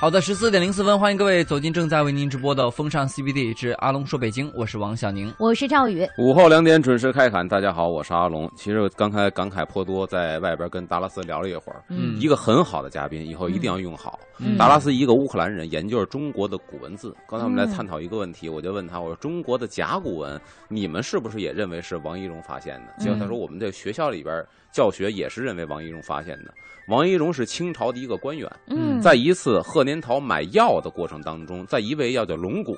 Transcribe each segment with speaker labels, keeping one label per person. Speaker 1: 好的，十四点零四分，欢迎各位走进正在为您直播的风尚 CBD 之阿龙说北京，我是王小宁。
Speaker 2: 我是赵宇，
Speaker 3: 午后两点准时开侃，大家好，我是阿龙。其实我刚才感慨颇多，在外边跟达拉斯聊了一会儿。
Speaker 1: 嗯
Speaker 3: 一个很好的嘉宾，以后一定要用好。
Speaker 1: 嗯
Speaker 3: 达拉斯一个乌克兰人，研究着中国的古文字。刚才我们来
Speaker 2: 嗯
Speaker 3: 探讨一个问题，我就问他，我说中国的甲骨文，你们是不是也认为是王一荣发现的？结
Speaker 1: 嗯
Speaker 3: 果他说，我们在学校里边教学也是认为王一荣发现的。王一荣是清朝的一个官员，
Speaker 1: 嗯
Speaker 3: 在一次贺年桃买药的过程当中，在一味药叫龙骨，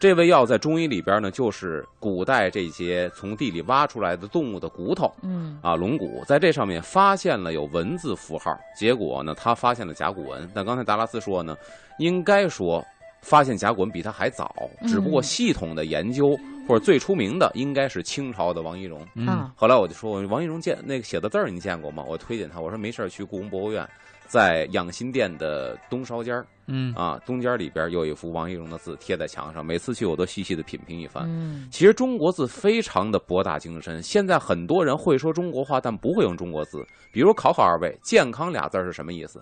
Speaker 3: 这味药在中医里边呢，就是古代这些从地里挖出来的动物的骨头
Speaker 2: 嗯
Speaker 3: 啊，龙骨在这上面发现了有文字符号，结果呢，他发现了甲骨文。但刚才达拉斯说呢，应该说。发现甲骨文比他还早，只不过
Speaker 2: 嗯
Speaker 3: 系统的研究、或者最出名的应该是清朝的王一荣。
Speaker 1: 嗯
Speaker 2: 啊
Speaker 3: 后来我就说，我说王一荣见那个写的字儿你见过吗？我推荐他，我说没事儿去故宫博物院，在养心殿的东烧间儿
Speaker 1: 嗯
Speaker 3: 啊，东间儿里边有一幅王一荣的字贴在墙上，每次去我都细细的品评一番。
Speaker 2: 嗯
Speaker 3: 其实中国字非常的博大精深，现在很多人会说中国话，但不会用中国字。比如考考二位，“健康”俩字儿是什么意思？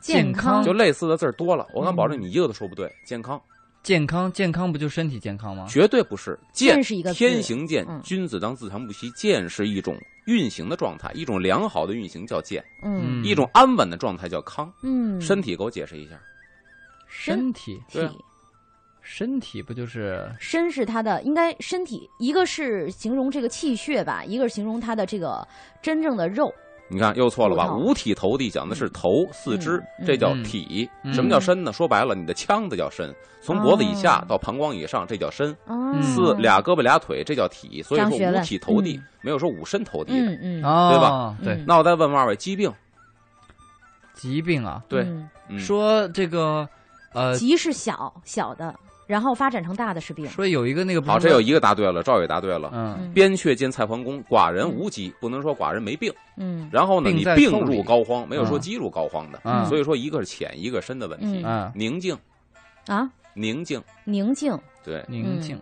Speaker 1: 健
Speaker 2: 嗯
Speaker 1: 康
Speaker 3: 就类似的字儿多了，我敢保证
Speaker 1: 嗯
Speaker 3: 你一个都说不对。健康啊
Speaker 1: 健康健康不就身体健康吗？
Speaker 3: 绝对不是健
Speaker 2: 健嗯是一个字
Speaker 3: 天行健
Speaker 2: 嗯，
Speaker 3: 君子当自强不息。健是一种运行的状态，一种良好的运行叫健，
Speaker 2: 嗯
Speaker 3: 一种安稳的状态叫康。
Speaker 2: 嗯，
Speaker 3: 身体给我解释一下，
Speaker 2: 身
Speaker 1: 身体
Speaker 3: 对啊
Speaker 2: 体
Speaker 1: 身体不就是
Speaker 2: 身是它的，应该身体一个是形容这个气血吧，一个是形容它的这个真正的肉，
Speaker 3: 你看又错了吧？
Speaker 2: 骨头
Speaker 3: 五体投地讲的是头、四肢，
Speaker 2: 嗯
Speaker 3: 这叫
Speaker 1: 嗯
Speaker 3: 体。
Speaker 1: 嗯
Speaker 3: 什么叫身呢？说白了，你的腔子叫身，从脖子以
Speaker 2: 哦
Speaker 3: 下到膀胱以上，这叫身。
Speaker 2: 啊，
Speaker 3: 四俩胳膊俩腿，这叫体。所以
Speaker 2: 张
Speaker 3: 说
Speaker 2: 学
Speaker 3: 五
Speaker 2: 问
Speaker 3: 体投地
Speaker 2: 嗯，
Speaker 3: 没有说五身投地的。
Speaker 2: 嗯嗯，
Speaker 1: 哦，
Speaker 2: 嗯
Speaker 1: 对
Speaker 2: 嗯
Speaker 3: 啊那我再问问二位，疾病，
Speaker 1: 疾病啊，
Speaker 3: 对
Speaker 2: 嗯
Speaker 3: 嗯
Speaker 1: 说这个呃，
Speaker 2: 急是小小的，然后发展成大的是病，
Speaker 1: 说有一个那个
Speaker 3: 好，啊这有一个答对了，赵也答对了。
Speaker 1: 嗯
Speaker 2: 嗯
Speaker 3: 边阙兼蔡桓公，寡人无疾，不能说寡人没病。
Speaker 2: 嗯
Speaker 3: 然后呢，
Speaker 1: 病
Speaker 3: 你
Speaker 1: 在
Speaker 3: 病
Speaker 1: 腠
Speaker 3: 入
Speaker 1: 理
Speaker 3: 膏肓，没有说
Speaker 1: 嗯
Speaker 3: 鸡入膏肓的。
Speaker 1: 嗯
Speaker 3: 所以说，一个是浅，一个是深的问题。
Speaker 2: 嗯
Speaker 1: 嗯
Speaker 3: 宁静，
Speaker 2: 啊，
Speaker 3: 宁静，
Speaker 2: 宁静，
Speaker 3: 对
Speaker 1: 宁静，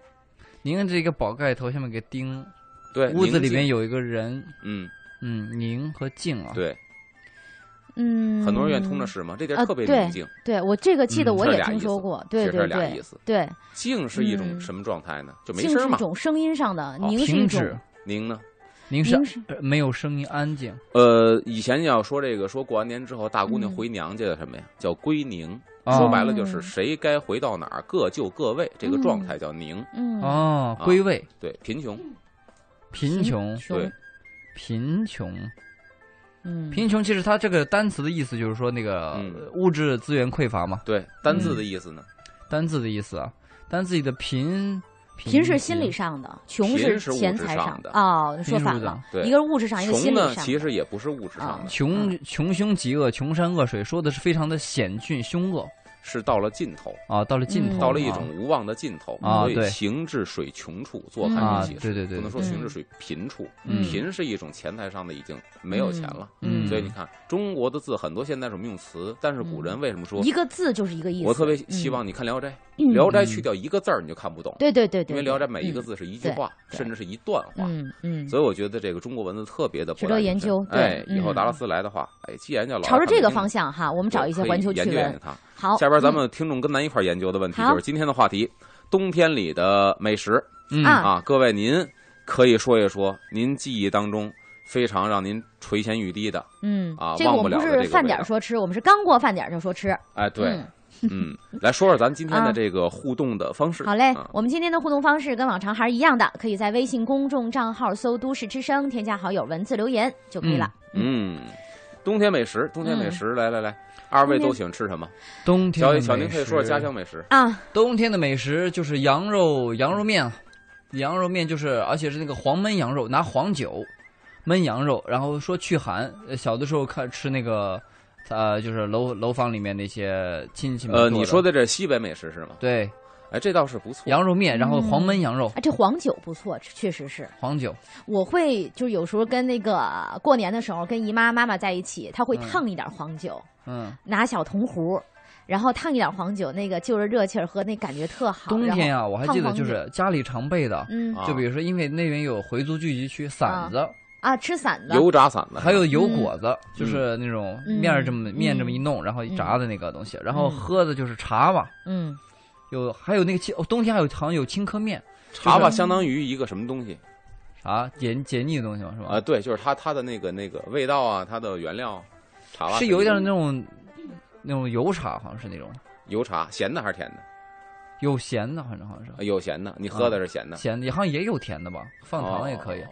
Speaker 1: 宁这个宝盖头下面个丁，
Speaker 3: 对，
Speaker 1: 屋子
Speaker 3: 宁
Speaker 1: 里
Speaker 3: 静
Speaker 1: 面，有一个人，
Speaker 3: 嗯，
Speaker 1: 嗯，宁和静啊，
Speaker 3: 对，
Speaker 2: 嗯，
Speaker 3: 很多人愿意通着。使嘛，这地儿
Speaker 2: 啊
Speaker 3: 特别
Speaker 2: 对
Speaker 3: 宁静。
Speaker 2: 对我这个记得
Speaker 1: 嗯
Speaker 2: 我
Speaker 3: 这
Speaker 2: 也
Speaker 3: 俩
Speaker 2: 听
Speaker 3: 意思
Speaker 2: 说过，对
Speaker 3: 其实
Speaker 2: 对
Speaker 3: 俩
Speaker 2: 对
Speaker 3: 意思
Speaker 2: 对，
Speaker 3: 静是一种
Speaker 2: 嗯
Speaker 3: 什么状态呢？就没
Speaker 2: 静
Speaker 3: 声
Speaker 2: 是
Speaker 3: 儿
Speaker 2: 一
Speaker 3: 嘛。
Speaker 2: 种声音上的，
Speaker 3: 哦
Speaker 2: 宁是一
Speaker 1: 停
Speaker 2: 种
Speaker 1: 止，
Speaker 3: 宁呢？
Speaker 1: 宁是
Speaker 2: 宁是
Speaker 1: 呃没有声音，安静。
Speaker 3: 呃，以前要说这个，说过完年之后，大姑娘
Speaker 2: 嗯
Speaker 3: 回娘家叫什么呀？叫归宁。
Speaker 1: 哦
Speaker 3: 说白了就是
Speaker 2: 嗯
Speaker 3: 谁该回到哪儿，各就各位，这个状态叫宁。
Speaker 2: 嗯
Speaker 1: 哦，
Speaker 3: 啊
Speaker 1: 归位，
Speaker 3: 对，贫穷，
Speaker 1: 贫穷，
Speaker 2: 穷
Speaker 3: 对，
Speaker 1: 贫穷，
Speaker 2: 嗯
Speaker 1: 贫穷。其实它这个单词的意思就是说那个
Speaker 3: 嗯
Speaker 1: 呃物质资源匮乏嘛，
Speaker 3: 对，单
Speaker 2: 嗯
Speaker 3: 字的意思呢？
Speaker 1: 单字的意思啊，单字里的贫，
Speaker 2: 贫是心理，上的，穷
Speaker 3: 贫
Speaker 2: 是
Speaker 3: 是物
Speaker 2: 钱
Speaker 3: 质
Speaker 2: 财
Speaker 3: 上
Speaker 2: 上
Speaker 3: 的
Speaker 2: 哦，说
Speaker 1: 贫
Speaker 2: 反
Speaker 1: 乳的
Speaker 2: 了，
Speaker 3: 对
Speaker 2: 一个是物质上，一个心
Speaker 3: 穷
Speaker 2: 理
Speaker 3: 呢，
Speaker 2: 上。啊
Speaker 3: 其实也不是物质上的，
Speaker 2: 嗯
Speaker 1: 穷穷凶极恶，穷山恶水，说的是非常的险峻凶恶
Speaker 3: 是到了尽头，
Speaker 1: 啊，到了尽头，
Speaker 2: 嗯
Speaker 3: 到了一
Speaker 1: 啊
Speaker 3: 种无望的尽头。
Speaker 1: 啊
Speaker 3: 所以
Speaker 1: 对
Speaker 3: 行至水穷处，坐看
Speaker 1: 啊，
Speaker 3: 云起时。
Speaker 1: 对对
Speaker 3: 不
Speaker 1: 对
Speaker 3: 能，说行至水贫处，
Speaker 1: 嗯
Speaker 3: 贫是一种钱财上的已经没有钱了。
Speaker 1: 嗯
Speaker 3: 所以你看，中国的字很多现在是我们用词，但是古人为什么说？
Speaker 2: 嗯一个字就是一个意思。嗯
Speaker 3: 我特别希望你看《聊斋》，《聊
Speaker 1: 嗯
Speaker 3: 斋》去掉一个字儿你就看不懂。
Speaker 2: 对对对对，
Speaker 3: 因为《
Speaker 2: 对
Speaker 3: 聊斋》每一个，字是一句话，
Speaker 2: 对
Speaker 3: 甚至是一段话，
Speaker 2: 嗯嗯，嗯
Speaker 3: 所以我觉得这个中国文字特别的博
Speaker 2: 值
Speaker 3: 大
Speaker 2: 得
Speaker 3: 精
Speaker 2: 研
Speaker 3: 深
Speaker 2: 究对
Speaker 3: 哎，以后
Speaker 2: 嗯
Speaker 3: 达拉斯来的话，哎，既然叫老
Speaker 2: 朝着
Speaker 3: 二看
Speaker 2: 这个
Speaker 3: 北京
Speaker 2: 方
Speaker 3: 嘛，
Speaker 2: 向哈，我们找一些
Speaker 3: 对可以
Speaker 2: 环球
Speaker 3: 研
Speaker 2: 趣
Speaker 3: 究研究
Speaker 2: 闻。
Speaker 3: 它。
Speaker 2: 好，
Speaker 3: 下边咱
Speaker 2: 嗯
Speaker 3: 们听众跟咱一块儿研究的问题
Speaker 2: 好
Speaker 3: 就是今天的话题：冬天里的美食
Speaker 1: 嗯
Speaker 2: 啊
Speaker 3: 啊，各位您可以说一说您记忆当中非常让您垂涎欲滴的，
Speaker 2: 嗯
Speaker 3: 啊
Speaker 2: 这个
Speaker 3: 忘
Speaker 2: 我
Speaker 3: 不
Speaker 2: 们不
Speaker 3: 了的
Speaker 2: 是
Speaker 3: 这个
Speaker 2: 饭
Speaker 3: 味
Speaker 2: 点儿
Speaker 3: 道
Speaker 2: 说吃，我们是刚过饭点儿就说吃。
Speaker 3: 哎，对
Speaker 2: 嗯，
Speaker 3: 嗯， 来说说咱今天
Speaker 2: 啊
Speaker 3: 的这个互动的方式。
Speaker 2: 好嘞
Speaker 3: 啊，
Speaker 2: 我们今天的互动方式跟往常还是一样的，可以在微信公众账号搜“都市之声”，添加好友文字留言就可以了。
Speaker 3: 嗯，冬天美食，冬天美
Speaker 2: 嗯
Speaker 3: 食，来来来，二位
Speaker 2: 冬天
Speaker 3: 都喜欢吃什么？
Speaker 1: 冬天
Speaker 3: 小
Speaker 1: 的
Speaker 3: 小
Speaker 1: 美
Speaker 3: 宁可以说说
Speaker 1: 食
Speaker 3: 家乡美食。
Speaker 2: 啊，
Speaker 1: 冬天的美食就是羊肉羊肉面，啊，羊肉面就是而且是那个黄焖羊肉，拿黄酒焖羊肉，然后说去寒。呃小的时候看吃那个，呃，就是楼楼房里面那些亲戚们
Speaker 3: 呃，你
Speaker 1: 做
Speaker 3: 说的这西北美食是吗？
Speaker 1: 对
Speaker 3: 哎，这倒是不错。
Speaker 1: 羊肉面，然后黄焖羊肉、
Speaker 2: 啊这黄酒不错，确实是。
Speaker 1: 黄酒，
Speaker 2: 我会就是有时候跟那个过年的时候跟姨妈妈妈在一起，她会烫一点黄酒，
Speaker 1: 嗯，
Speaker 2: 拿小铜壶，然后烫一点黄酒，那个就着热气儿喝，那感觉特好。
Speaker 1: 冬天
Speaker 2: 然后，
Speaker 1: 啊，我还记得就是家里常备的，
Speaker 2: 嗯
Speaker 3: 啊
Speaker 1: 就比如说因为那边有回族聚集区，馓子、
Speaker 2: 啊，吃散的，
Speaker 3: 油炸馓子，
Speaker 1: 还有油果
Speaker 3: 嗯
Speaker 1: 子，就是那种
Speaker 2: 嗯
Speaker 1: 面儿这么、面这么一弄，然后一炸的那个东西。然后喝的就是茶吧，
Speaker 2: 嗯，
Speaker 1: 有还有那个青，哦冬天还有好像有青稞面
Speaker 3: 茶吧，相当于一个什么东西
Speaker 1: 啥解解腻的东西嘛，是吧？
Speaker 3: 啊？对，就是它它的那个那个味道啊，它的原料，茶啊吧
Speaker 1: 是有一点那种那种油茶，好像是那种
Speaker 3: 油茶，咸的还是甜的？
Speaker 1: 有咸的，反正好像是
Speaker 3: 啊有咸的，你喝的是咸的，
Speaker 1: 咸的，好像也有甜的吧，嗯放糖也可以。
Speaker 3: 哦。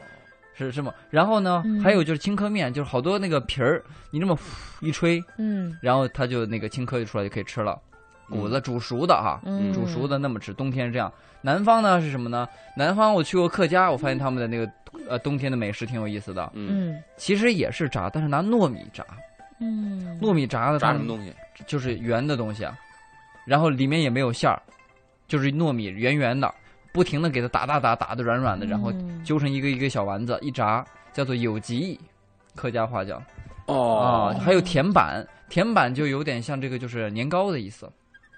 Speaker 1: 是是吗？然后呢，
Speaker 2: 嗯
Speaker 1: 还有就是青稞面，就是好多那个皮儿，你这么一吹，
Speaker 2: 嗯
Speaker 1: 然后它就那个青稞就出来就可以吃了。谷子煮熟的哈，
Speaker 2: 嗯，
Speaker 1: 煮熟的那么吃，冬天是这样。南方呢是什么呢？南方我去过客家，我发现他们的那个呃冬天的美食挺有意思的，
Speaker 3: 嗯，
Speaker 2: 嗯
Speaker 1: 其实也是炸，但是拿糯米炸，
Speaker 2: 嗯，
Speaker 1: 糯米炸的
Speaker 3: 炸
Speaker 1: 他
Speaker 3: 什么
Speaker 1: 们
Speaker 3: 东西？
Speaker 1: 就是圆的东西啊，然后里面也没有馅儿，就是糯米圆圆的，不停的给它打打打打的软软的，然后
Speaker 2: 嗯
Speaker 1: 揪成一个一个小丸子一炸，叫做有极，客家话叫啊、
Speaker 3: 哦，
Speaker 1: 还有甜板，甜板就有点像这个就是年糕的意思，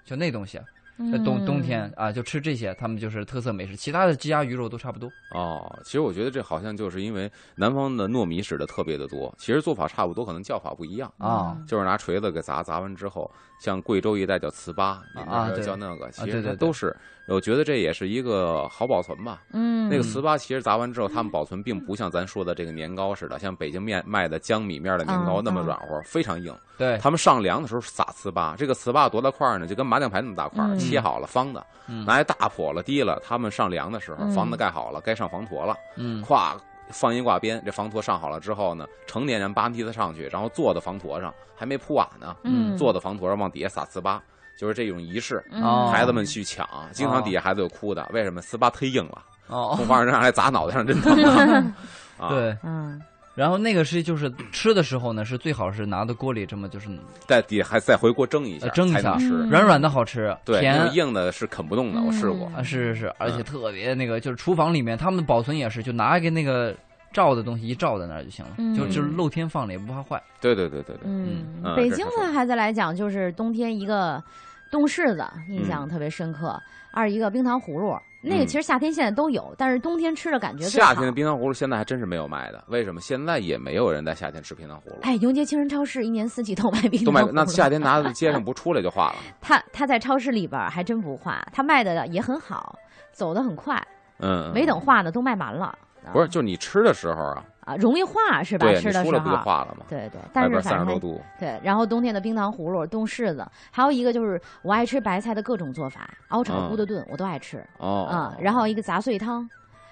Speaker 1: 就那东西。啊
Speaker 2: 嗯
Speaker 1: 在冬冬天啊，就吃这些，他们就是特色美食，其他的鸡鸭鱼肉都差不多。
Speaker 3: 哦，其实我觉得这好像就是因为南方的糯米使的特别的多，其实做法差不多，可能叫法不一样。
Speaker 2: 嗯
Speaker 1: 啊
Speaker 3: 就是拿锤子给砸，砸完之后，像贵州一带叫糍粑，你们
Speaker 1: 啊
Speaker 3: 那边
Speaker 1: 对
Speaker 3: 叫那个，其
Speaker 1: 对
Speaker 3: 实它
Speaker 1: 对对
Speaker 3: 都是。我觉得这也是一个好保存吧。
Speaker 2: 嗯，
Speaker 3: 那个糍粑其实砸完之后，他们保存并不像咱说的这个年糕似的，像北京面卖的江米面的年
Speaker 2: 嗯
Speaker 3: 糕那么
Speaker 2: 嗯
Speaker 3: 软和，非常硬。
Speaker 1: 对，
Speaker 3: 他们上梁的时候撒糍粑，这个糍粑多大块儿呢？就跟麻将牌那么大块儿，
Speaker 2: 嗯
Speaker 3: 切好了方的，
Speaker 1: 嗯
Speaker 3: 拿一大笸箩提了。他们上梁的时候，
Speaker 2: 嗯
Speaker 3: 房子盖好了，该上房坨了，
Speaker 1: 嗯，
Speaker 3: 咵放一挂鞭，这房坨上好了之后呢，成年人扒梯子上去，然后坐到房坨上，还没铺瓦呢，
Speaker 2: 嗯
Speaker 3: 坐到房坨上往底下撒糍粑，就是这种仪式。
Speaker 2: 嗯
Speaker 1: 哦
Speaker 3: 孩子们去抢，经常底下孩子有哭的，为什么糍粑忒硬了？
Speaker 1: 哦，
Speaker 3: 从房上让来砸脑袋上真疼 啊！啊，
Speaker 1: 对，
Speaker 2: 嗯
Speaker 1: 然后那个是就是吃的时候呢，是最好是拿到锅里这么就是
Speaker 3: 在底下还再回锅蒸一下，
Speaker 1: 呃蒸一
Speaker 3: 才
Speaker 1: 下
Speaker 3: 能吃。
Speaker 2: 嗯
Speaker 1: 软软的好吃，
Speaker 3: 对，
Speaker 1: 甜
Speaker 3: 那种硬的是啃不动的，我试过。
Speaker 1: 啊，是是是，而
Speaker 3: 嗯
Speaker 1: 且特别那个就是厨房里面他们保存也是，就拿一个那个罩的东西一罩在那儿就行了，
Speaker 2: 嗯
Speaker 1: 就就是露天放着也不怕坏。
Speaker 3: 对对对对对，
Speaker 2: 嗯
Speaker 3: 嗯，
Speaker 2: 北
Speaker 3: 这
Speaker 2: 京
Speaker 3: 是
Speaker 2: 的孩子来讲，就是冬天一个冻柿子印象特别深刻，二一个冰糖葫芦，那个
Speaker 3: 嗯
Speaker 2: 其实夏天现在都有，但是冬天吃的感觉最
Speaker 3: 夏
Speaker 2: 好
Speaker 3: 天的冰糖葫芦现在还真是没有卖的，为什么？现在也没有人在夏天吃冰糖葫芦，
Speaker 2: 哎，永杰情人超市一年四季都卖冰
Speaker 3: 都
Speaker 2: 糖
Speaker 3: 卖
Speaker 2: 葫芦。
Speaker 3: 那夏 天拿到街上不出来就化了。
Speaker 2: 他他在超市里边儿还真不化，他卖的也很好，走得很快，
Speaker 3: 嗯，
Speaker 2: 没等化呢都卖完了。啊
Speaker 3: 不是，就是你吃的时候啊，
Speaker 2: 啊，容易化是吧？
Speaker 3: 对，
Speaker 2: 吃
Speaker 3: 你
Speaker 2: 的
Speaker 3: 出
Speaker 2: 时
Speaker 3: 来不就
Speaker 2: 候。
Speaker 3: 化了吗？
Speaker 2: 对对，但
Speaker 3: 外
Speaker 2: 是
Speaker 3: 边
Speaker 2: 反嗯
Speaker 3: 三十多
Speaker 2: 正
Speaker 3: 度，哦
Speaker 2: 对，然后冬天的冰糖葫芦、冻柿子，还有一个就是我爱吃白菜的各种做法，熬炒、
Speaker 3: 嗯
Speaker 2: 咕的炖，我都爱吃。
Speaker 3: 哦嗯
Speaker 2: 啊、，然后一个杂碎汤、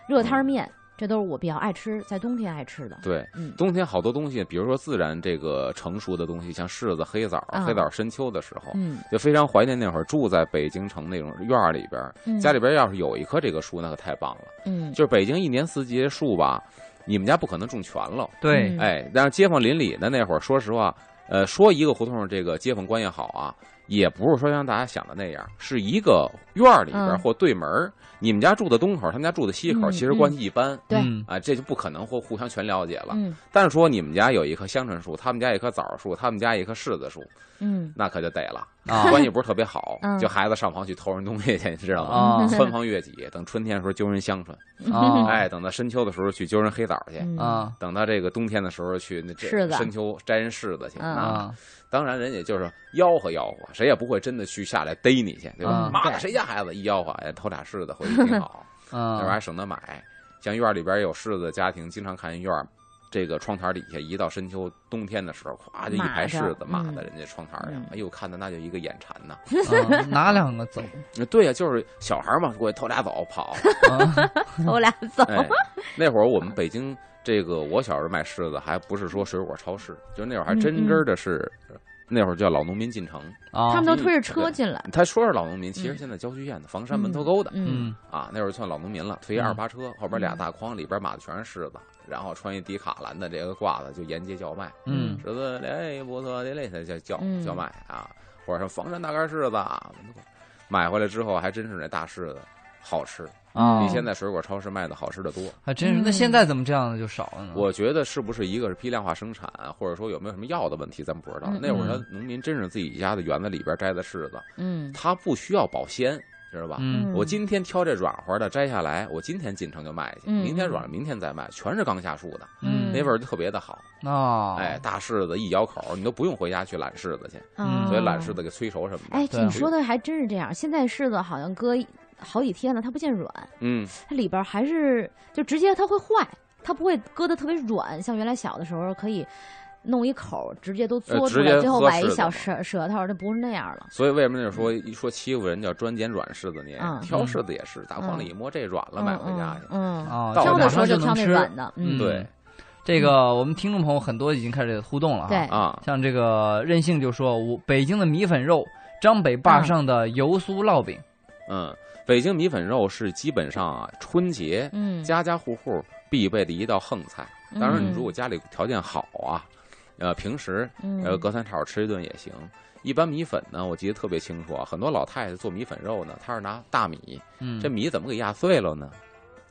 Speaker 2: 热汤面，这都是我比较爱吃，在冬天爱吃的。
Speaker 3: 对
Speaker 2: 嗯，
Speaker 3: 冬天好多东西，比如说自然这个成熟的东西，像柿子、黑枣
Speaker 2: 啊，
Speaker 3: 黑枣深秋的时候，
Speaker 2: 嗯，
Speaker 3: 就非常怀念那会儿住在北京城那种院儿里边儿，
Speaker 2: 嗯
Speaker 3: 家里边要是有一棵这个树，那可太棒了。
Speaker 2: 嗯
Speaker 3: 就是北京一年四季这树吧，你们家不可能种全了。
Speaker 1: 对，
Speaker 2: 嗯
Speaker 3: 哎，但是街坊邻里的那会儿，说实话，呃，说一个胡同这个街坊关系好啊，也不是说像大家想的那样，是一个院儿里边儿
Speaker 2: 嗯
Speaker 3: 或对门儿，你们家住的东口，他们家住的西口，
Speaker 2: 嗯
Speaker 3: 其实关系一般。
Speaker 2: 对
Speaker 1: 嗯
Speaker 3: 啊，这就不可能或互相全了解了。
Speaker 2: 嗯
Speaker 3: 但是说你们家有一棵香椿树，他们家一棵枣树，他们家一棵柿子树，
Speaker 2: 嗯
Speaker 3: 那可就得了，
Speaker 1: 啊
Speaker 3: 关系不是特别好，
Speaker 2: 嗯
Speaker 3: 就孩子上房去偷人东西去，你知道吗？
Speaker 1: 啊
Speaker 3: 穿房越己，等春天的时候揪人香椿，
Speaker 1: 啊
Speaker 3: 哎，等到深秋的时候去揪人黑枣去，
Speaker 2: 哦嗯
Speaker 1: 啊
Speaker 3: 等到这个冬天的时候去那这
Speaker 2: 柿子
Speaker 3: 深秋摘人柿子去。
Speaker 2: 嗯
Speaker 3: 那
Speaker 1: 啊
Speaker 3: 当然，人家就是吆喝吆喝，谁也不会真的去下来逮你去，对吧？
Speaker 1: 嗯
Speaker 3: 妈的，
Speaker 2: 对
Speaker 3: 谁家孩子一吆喝，哎，偷俩柿子回去挺 好，那玩意
Speaker 1: 啊
Speaker 3: 儿省得买。像院儿里边有柿子的家庭，经常看人院儿这个窗台底下，一到深秋冬天的时候，咵就一排柿子
Speaker 2: 码
Speaker 3: 码
Speaker 2: 着
Speaker 3: 在人家窗台上
Speaker 2: 嗯，
Speaker 3: 哎呦，看的那就一个眼馋呐。
Speaker 1: 啊！ 拿两个走
Speaker 3: 对呀，就是小孩嘛，过去偷俩枣跑，
Speaker 1: 啊
Speaker 2: 我俩走。
Speaker 3: 哎，那会儿我们北京这个，我小时候卖柿子还不是说水果超市，就那会儿还真真的是，那会儿叫老农民进城。
Speaker 1: 啊
Speaker 2: 他们都推着车进来，
Speaker 3: 他说是老农民，其实
Speaker 2: 嗯
Speaker 3: 现在郊区县的房山门头沟的、
Speaker 2: 嗯，
Speaker 1: 嗯
Speaker 3: 啊，那会儿算老农民了，推一
Speaker 1: 嗯
Speaker 3: 二八车，后边俩大筐，里边码的全是柿子，然后穿一迪卡蓝的这个褂子就沿街叫卖，
Speaker 1: 嗯
Speaker 3: 柿子嘞哎不错的嘞，他叫叫
Speaker 2: 嗯
Speaker 3: 叫卖啊，或者说房山大盖柿子啊，买回来之后还真是那大柿子好吃，
Speaker 1: 啊
Speaker 2: 嗯
Speaker 3: 比现在水果超市卖的好吃的多。
Speaker 1: 还真是。那现在怎么这样的就少了
Speaker 2: 嗯
Speaker 1: 呢？
Speaker 3: 我觉得是不是一个是批量化生产，或者说有没有什么药的问题，咱不知道
Speaker 2: 嗯。
Speaker 3: 那会儿他农民真是自己家的园子里边摘的柿子，
Speaker 2: 嗯
Speaker 3: 他不需要保鲜，知道吧？
Speaker 1: 嗯
Speaker 2: 嗯
Speaker 3: 我今天挑这软和的摘下来，我今天进城就卖去，
Speaker 2: 嗯
Speaker 3: 明天软，明天再卖，全是刚下树的，
Speaker 1: 嗯
Speaker 3: 那味儿就特别的好。
Speaker 2: 哦
Speaker 1: 啊，
Speaker 3: 哎，，大柿子一咬口，你都不用回家去揽柿子去，
Speaker 2: 啊
Speaker 3: 嗯所以揽柿子给催熟什么的。
Speaker 2: 哎，
Speaker 1: 对
Speaker 2: 你说的还真是这样。现在柿子好像搁一好几天了，它不见软，
Speaker 3: 嗯，
Speaker 2: 它里边儿还是就直接它会坏，它不会搁的特别软。像原来小的时候可以弄一口儿，直接都嘬
Speaker 3: 呃
Speaker 2: 出
Speaker 3: 直
Speaker 2: 来，
Speaker 3: 接
Speaker 2: 最后
Speaker 3: 喝
Speaker 2: 崴一
Speaker 3: 柿子
Speaker 2: 小
Speaker 3: 嘛
Speaker 2: 舌舌头儿，这不是那样了。
Speaker 3: 所以为什么那说一说欺负人叫专捡软柿子捏
Speaker 2: 嗯？
Speaker 3: 挑柿子也是，打筐里一摸，这软了，买回家去。
Speaker 2: 嗯，嗯
Speaker 1: 啊，
Speaker 3: 到
Speaker 2: 挑
Speaker 3: 了
Speaker 2: 的
Speaker 1: 马
Speaker 2: 时候
Speaker 1: 上
Speaker 2: 就
Speaker 1: 就
Speaker 2: 挑
Speaker 1: 能
Speaker 2: 那
Speaker 1: 吃。
Speaker 2: 软的，嗯，
Speaker 3: 对，
Speaker 1: 这个我们听众朋友很多已经开始互动了哈。
Speaker 2: 对
Speaker 3: 啊，
Speaker 1: 像这个任性就说，我北京的米粉肉，张北坝
Speaker 2: 嗯
Speaker 1: 上的油酥烙饼，
Speaker 3: 嗯，北京米粉肉是基本上啊，春节
Speaker 2: 嗯，
Speaker 3: 家家户户必备的一道横菜。
Speaker 2: 嗯
Speaker 3: 当然，你如果家里条件好啊，呃，平时呃
Speaker 2: 嗯
Speaker 3: 隔三差五吃一顿也行。一般米粉呢，我记得特别清楚啊，很多老太太做米粉肉呢，她是拿大米，
Speaker 1: 嗯，
Speaker 3: 这米怎么给压碎了呢？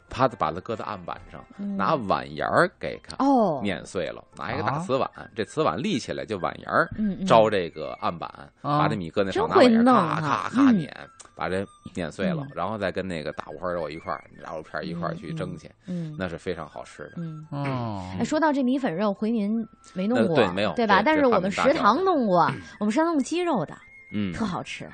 Speaker 3: 啪，把它搁在案板上，
Speaker 2: 嗯
Speaker 3: 拿碗沿儿给它
Speaker 2: 哦，
Speaker 3: 碾碎了，拿一个大
Speaker 1: 啊
Speaker 3: 瓷碗，这瓷碗立起来就碗沿儿
Speaker 2: 嗯嗯
Speaker 3: 招这个案板，
Speaker 1: 啊
Speaker 3: 把这米搁那
Speaker 2: 哦真
Speaker 3: 上，拿碗沿
Speaker 2: 会
Speaker 3: 儿
Speaker 2: 弄
Speaker 3: 咔
Speaker 2: 哈
Speaker 3: 咔咔
Speaker 2: 嗯
Speaker 3: 碾，把这碾碎了
Speaker 2: 嗯，
Speaker 3: 然后再跟那个大五花肉一块儿，炸肉片儿一块儿去蒸去，
Speaker 2: 嗯
Speaker 3: 那是非常好吃的。
Speaker 2: 嗯。
Speaker 1: 哦，
Speaker 2: 哎，说到这米粉肉，回民没弄
Speaker 3: 呃
Speaker 2: 过，
Speaker 3: 对没有
Speaker 2: 对吧？
Speaker 3: 对
Speaker 2: 但是
Speaker 3: 这怕
Speaker 2: 我
Speaker 3: 没
Speaker 2: 们
Speaker 3: 大
Speaker 2: 食
Speaker 3: 小
Speaker 2: 堂
Speaker 3: 的
Speaker 2: 弄过，我们是弄鸡肉的，
Speaker 3: 嗯，
Speaker 2: 特好吃，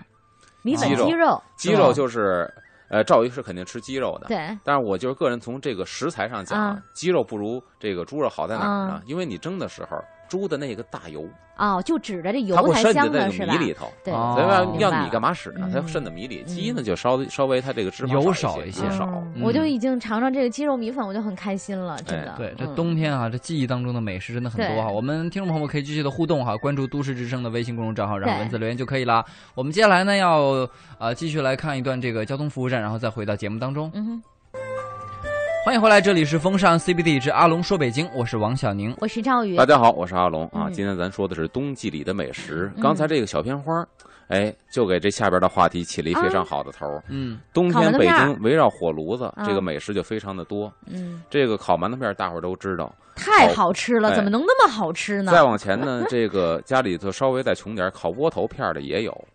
Speaker 2: 米粉
Speaker 1: 鸡
Speaker 2: 鸡肉，
Speaker 3: 鸡肉就是，呃，赵姨是肯定吃鸡肉的。
Speaker 2: 对，
Speaker 3: 但是我就是嗯个人从这个食材上讲
Speaker 2: 啊
Speaker 3: 啊，鸡肉不如这个猪肉好在哪儿呢？因为你蒸的时候，猪的那个大油，
Speaker 2: 哦，就指着这
Speaker 3: 它
Speaker 2: 油
Speaker 3: 会
Speaker 2: 才
Speaker 3: 渗
Speaker 2: 香
Speaker 3: 进那
Speaker 2: 呢，
Speaker 3: 个
Speaker 2: 是
Speaker 3: 米
Speaker 2: 吧？
Speaker 3: 里头。
Speaker 2: 对，
Speaker 1: 哦
Speaker 3: 所以
Speaker 1: 明
Speaker 3: 要
Speaker 1: 白
Speaker 3: 要米干嘛使呢？它
Speaker 2: 嗯
Speaker 3: 渗到米里。
Speaker 2: 嗯
Speaker 3: 鸡呢就稍稍微它这个脂肪
Speaker 1: 油
Speaker 3: 少
Speaker 1: 少一些
Speaker 3: 少。
Speaker 2: 嗯我就已经尝尝这个鸡肉米粉，我就很开心了，真
Speaker 3: 哎
Speaker 2: 的。
Speaker 1: 对，这
Speaker 2: 嗯
Speaker 1: 冬天啊，这记忆当中的美食真的很多哈。
Speaker 2: 对
Speaker 1: 我们听众朋友们可以继续的互动哈，关注都市之声的微信公众账号，然后
Speaker 2: 对
Speaker 1: 文字留言就可以啦。我们接下来呢，要呃继续来看一段这个交通服务站，然后再回到节目当中。
Speaker 2: 嗯哼，
Speaker 1: 欢迎回来，这里是风尚 CBD 之阿龙说北京，我是王小宁。
Speaker 2: 我是赵宇
Speaker 3: 大，家好，我是阿龙啊。
Speaker 2: 嗯
Speaker 3: 今天咱说的是冬季里的美食。
Speaker 2: 嗯
Speaker 3: 刚才这个小片花儿，哎，就给这下边的话题起了一非常好的头儿。
Speaker 1: 嗯，
Speaker 3: 冬
Speaker 2: 烤馒
Speaker 3: 天
Speaker 2: 头
Speaker 3: 北
Speaker 2: 片儿
Speaker 3: 京围绕火炉子，
Speaker 2: 啊
Speaker 3: 这个美食就非常的多。
Speaker 2: 嗯，
Speaker 3: 这个烤馒头片儿大伙儿都知道。
Speaker 2: 太好吃了，
Speaker 3: 哎
Speaker 2: 怎么能那么好吃呢？
Speaker 3: 再往前呢， 这个家里头稍微再穷点儿，烤窝头片儿的也有，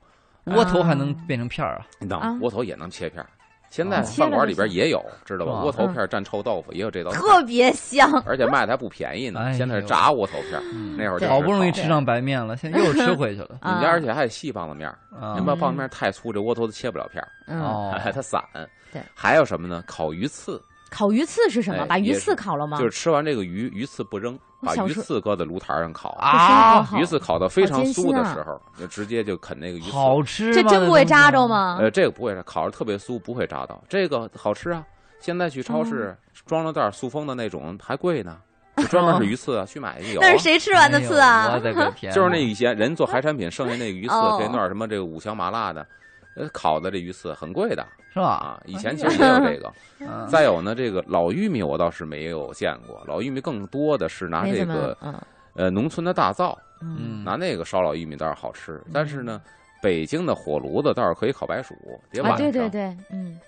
Speaker 1: 嗯窝头还能变成片儿啊？
Speaker 3: 你知道
Speaker 2: 啊
Speaker 3: 吗？窝头也能切片儿。现在
Speaker 1: 哦
Speaker 2: 切了
Speaker 3: 饭
Speaker 2: 就
Speaker 3: 馆里边
Speaker 2: 行
Speaker 3: 也有，知道吧？
Speaker 1: 啊
Speaker 3: 窝头片儿蘸臭豆腐也有这道菜，
Speaker 2: 特别香，
Speaker 3: 而且卖的还不便宜
Speaker 1: 哎
Speaker 3: 呢。
Speaker 1: 呦
Speaker 3: 现在是炸窝头片儿，
Speaker 1: 嗯
Speaker 3: 那会儿就
Speaker 1: 好
Speaker 3: 是
Speaker 1: 不容易
Speaker 3: 烤
Speaker 1: 吃上白面了，现在又吃回去了
Speaker 2: 啊
Speaker 3: 嗯你家而且还有细棒子面儿，
Speaker 1: 啊
Speaker 3: 您把棒子面儿太粗，这窝头都切不了片儿，
Speaker 2: 嗯，
Speaker 1: 哦，
Speaker 3: 它散。
Speaker 2: 对，
Speaker 3: 还有什么呢？烤鱼刺，
Speaker 2: 烤鱼刺是什么？
Speaker 3: 哎
Speaker 2: 把鱼
Speaker 3: 也是
Speaker 2: 刺烤了吗？
Speaker 3: 就是吃完这个鱼，鱼刺不扔，
Speaker 2: 我
Speaker 3: 把
Speaker 2: 小
Speaker 3: 鱼
Speaker 2: 时候
Speaker 3: 刺搁在炉台上烤
Speaker 1: 啊
Speaker 2: 好好
Speaker 3: 鱼刺烤到非
Speaker 2: 好
Speaker 3: 常
Speaker 2: 艰
Speaker 3: 酥
Speaker 2: 辛
Speaker 3: 的
Speaker 2: 啊
Speaker 3: 时候，就直接就啃那个鱼刺。
Speaker 1: 好吃吗？
Speaker 2: 这真不会扎着
Speaker 1: 东西？啊
Speaker 2: 吗？
Speaker 3: 呃，这个不会，烤着特别酥，不会炸到。这个好吃啊！现在去超
Speaker 2: 哦
Speaker 3: 市装了袋儿塑封的那种还贵呢，就专门是鱼刺啊，去买去有啊。
Speaker 2: 哦那是谁吃完的
Speaker 1: 哎
Speaker 2: 刺
Speaker 1: 呦
Speaker 2: 啊
Speaker 1: 我？的个天哪！
Speaker 3: 就是那以前人做海产品剩下那个鱼刺
Speaker 2: 哦，
Speaker 3: 给弄点什么这个五香麻辣的，呃，烤的这鱼刺很贵的
Speaker 1: 是吧？
Speaker 3: 啊。以前其实
Speaker 2: 哎
Speaker 3: 也有这个。
Speaker 1: 嗯
Speaker 3: 再有呢，这个老玉米我倒是没有见过，老玉米更多的是拿
Speaker 2: 没
Speaker 3: 这
Speaker 2: 怎么
Speaker 3: 个，
Speaker 2: 嗯
Speaker 3: 呃农村的大灶，
Speaker 2: 嗯，
Speaker 1: 嗯
Speaker 3: 拿那个烧老玉米倒是好吃，但是呢。北京的火炉子倒是可以烤白薯，别晚
Speaker 2: 啊，
Speaker 3: 上、
Speaker 2: 对对对，嗯，